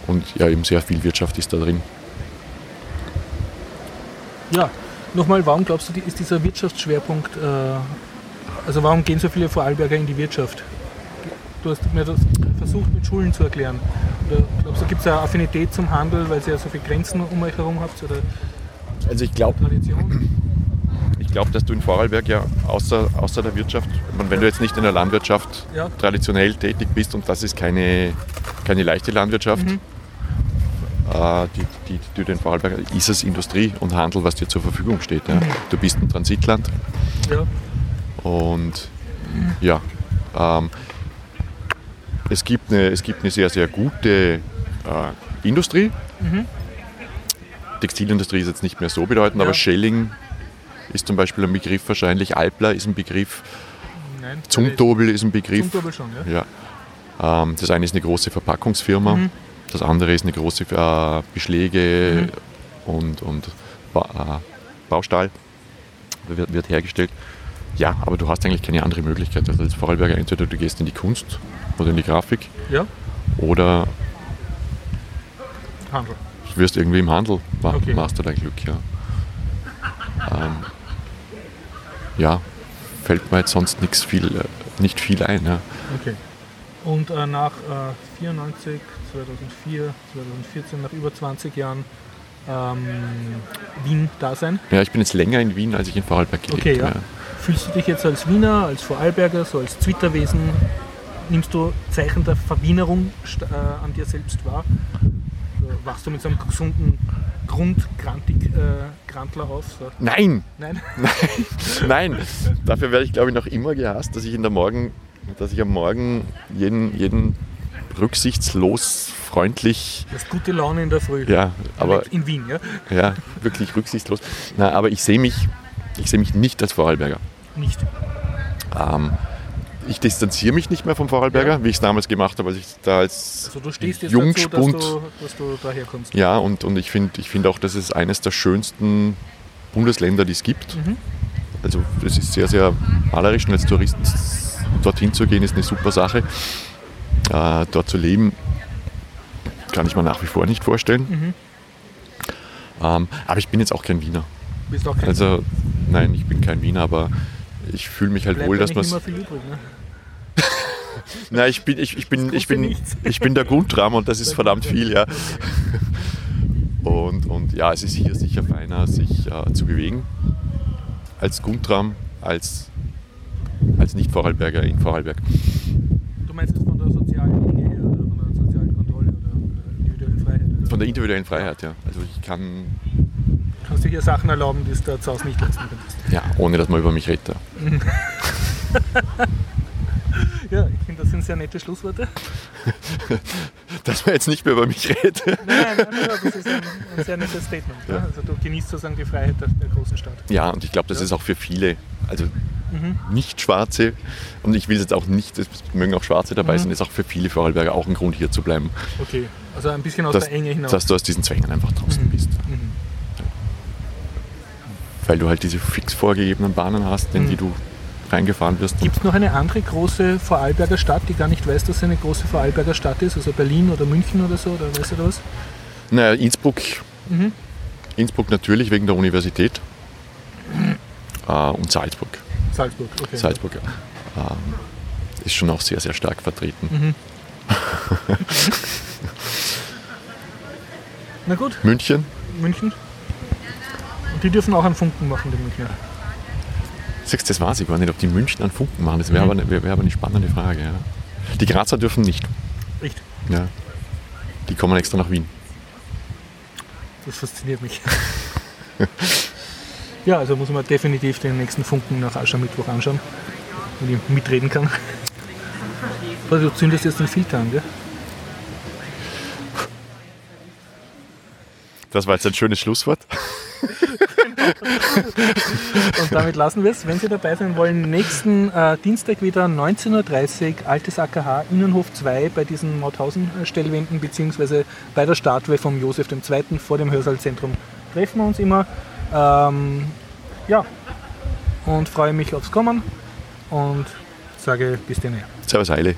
Und ja, eben sehr viel Wirtschaft ist da drin.
Ja, nochmal, warum glaubst du, die- ist dieser Wirtschaftsschwerpunkt, äh, also warum gehen so viele Vorarlberger in die Wirtschaft? Du hast mir das versucht mit Schulen zu erklären. Oder glaubst du, gibt es eine Affinität zum Handel, weil ihr ja so viele Grenzen um euch herum habt oder
Also ich glaube,
Tradition?
Ich glaube, dass du in Vorarlberg ja außer, außer der Wirtschaft, ich meine, wenn du jetzt nicht in der Landwirtschaft
Ja.
traditionell tätig bist, und das ist keine, keine leichte Landwirtschaft, äh, die, die, die du in Vorarlberg ist es Industrie und Handel, was dir zur Verfügung steht. Ja. Du bist ein Transitland
Ja,
und ja, ähm, es, gibt eine, es gibt eine sehr, sehr gute äh, Industrie. Textilindustrie ist jetzt nicht mehr so bedeutend,
Ja.
aber Schelling ist zum Beispiel ein Begriff wahrscheinlich, Alpler ist ein Begriff,
nein.
Zumtobel ist ein Begriff.
Zumtobel schon, ja?
Ja. Ähm, das eine ist eine große Verpackungsfirma,
Mhm.
das andere ist eine große äh, Beschläge
Mhm.
und, und Ba- äh, Baustahl wird, wird hergestellt. Ja, aber du hast eigentlich keine andere Möglichkeit. Also als Vorarlberger entweder du gehst in die Kunst oder in die Grafik
Ja,
oder
Handel.
Du wirst irgendwie im Handel, ma-
Okay.
machst du dein Glück, ja. Ähm, ja, fällt mir jetzt sonst nichts viel, äh, nicht viel ein. Ja.
Okay. Und äh, nach äh, 94, 2004, 2014, nach über 20 Jahren ähm, Wien-Dasein,
ja, ich bin jetzt länger in Wien, als ich in Vorarlberg gelebt
Okay, ja.
habe.
fühlst du dich jetzt als Wiener, als Vorarlberger, so als Twitterwesen? Nimmst du Zeichen der Verwienerung st- äh, an dir selbst wahr? Äh, Wachst du mit so einem gesunden Grundgrantler äh, auf? So.
Nein, [LAUGHS]
Nein?
Nein, dafür werde ich glaube ich noch immer gehasst, dass ich in der Morgen, dass ich am Morgen jeden, jeden rücksichtslos freundlich,
Das ist gute Laune in der Früh.
ja, aber
In Wien, ja?
ja, wirklich rücksichtslos. Na, aber ich sehe mich, ich sehe mich nicht als Vorarlberger.
Nicht.
Ähm, ich distanziere mich nicht mehr vom Vorarlberger, wie ich es damals gemacht habe, als ich da als
Also du stehst jetzt
Jungspund.
dazu, dass du, dass du daherkommst.
Ja, und, und ich finde ich find auch, das ist eines der schönsten Bundesländer, die es gibt.
Mhm.
Also das ist sehr, sehr malerisch und als Touristen s- dorthin zu gehen, ist eine super Sache. Äh, dort zu leben, kann ich mir nach wie vor nicht vorstellen.
Mhm.
Ähm, aber ich bin jetzt auch kein Wiener.
Bist auch kein
Also nein, ich bin kein Wiener, aber ich fühle mich halt
Bleibt
wohl,
ja
dass
nicht
man
immer viel übrig, ne?
Nein, ich bin, ich, ich bin,
Das
ich bin,
Gute nichts.
[LAUGHS] ich bin der Grundrahmen und das ist verdammt viel, ja. Und, und ja, es ist hier sicher feiner, sich äh, zu bewegen als Guntram, als, als Nicht-Vorarlberger in Vorarlberg.
Du meinst jetzt von der sozialen Linie her oder von der sozialen Kontrolle oder von der individuellen Freiheit? Oder?
Von der individuellen Freiheit, ja. Also ich kann,
Du kannst dir hier Sachen erlauben, die du zu Hause nicht leisten könntest.
ja, ohne dass man über mich redet. äh, ja.
Ja, ich finde, das sind sehr nette Schlussworte.
[LAUGHS] Dass man jetzt nicht mehr über mich redet.
Nein, nein, nein, das ist ein, ein sehr nettes Statement. Ja.
Ja.
Also du genießt sozusagen die Freiheit der, der großen Stadt.
Ja, und ich glaube, das ist auch für viele, also
Mhm.
Nicht-Schwarze, und ich will jetzt auch nicht, es mögen auch Schwarze dabei
Mhm.
sein, ist auch für viele Vorarlberger auch ein Grund, hier zu bleiben.
Okay, also ein bisschen aus
dass,
der Enge hinaus.
dass du aus diesen Zwängen einfach draußen bist.
Mhm.
Weil du halt diese fix vorgegebenen Bahnen hast, in
Mhm.
die du reingefahren wirst.
Gibt es noch eine andere große Vorarlberger Stadt, die gar nicht weiß, dass sie eine große Vorarlberger Stadt ist? Also Berlin oder München oder so, oder weißt du da was?
Naja, Innsbruck.
Mhm.
Innsbruck natürlich wegen der Universität. Äh, und Salzburg.
Salzburg, okay.
Salzburg ja. ähm, ist schon auch sehr, sehr stark vertreten.
Mhm. Na gut,
München,
München. Und die dürfen auch einen Funken machen, die Münchner.
sagst du, das weiß ich gar nicht, ob die München an Funken machen. Das wäre
Mhm.
aber, eine- wär, wär aber eine spannende Frage. Ja. Die Grazer dürfen nicht.
Echt,
Ja. Die kommen extra nach Wien.
das fasziniert mich. ja, also muss man definitiv den nächsten Funken nach Aschermittwoch anschauen, wenn ich mitreden kann. Aber du zündest jetzt den Filter an, gell?
Das war jetzt ein schönes Schlusswort.
Und damit lassen wir es. Wenn Sie dabei sein wollen, nächsten äh, Dienstag wieder 19.30 Uhr, Altes AKH, Innenhof 2 bei diesen Mauthausen-Stellwänden beziehungsweise bei der Statue vom Josef II. vor dem Hörsaalzentrum treffen wir uns immer. Ähm, ja, und freue mich aufs Kommen und sage bis demnächst.
Servus Heile.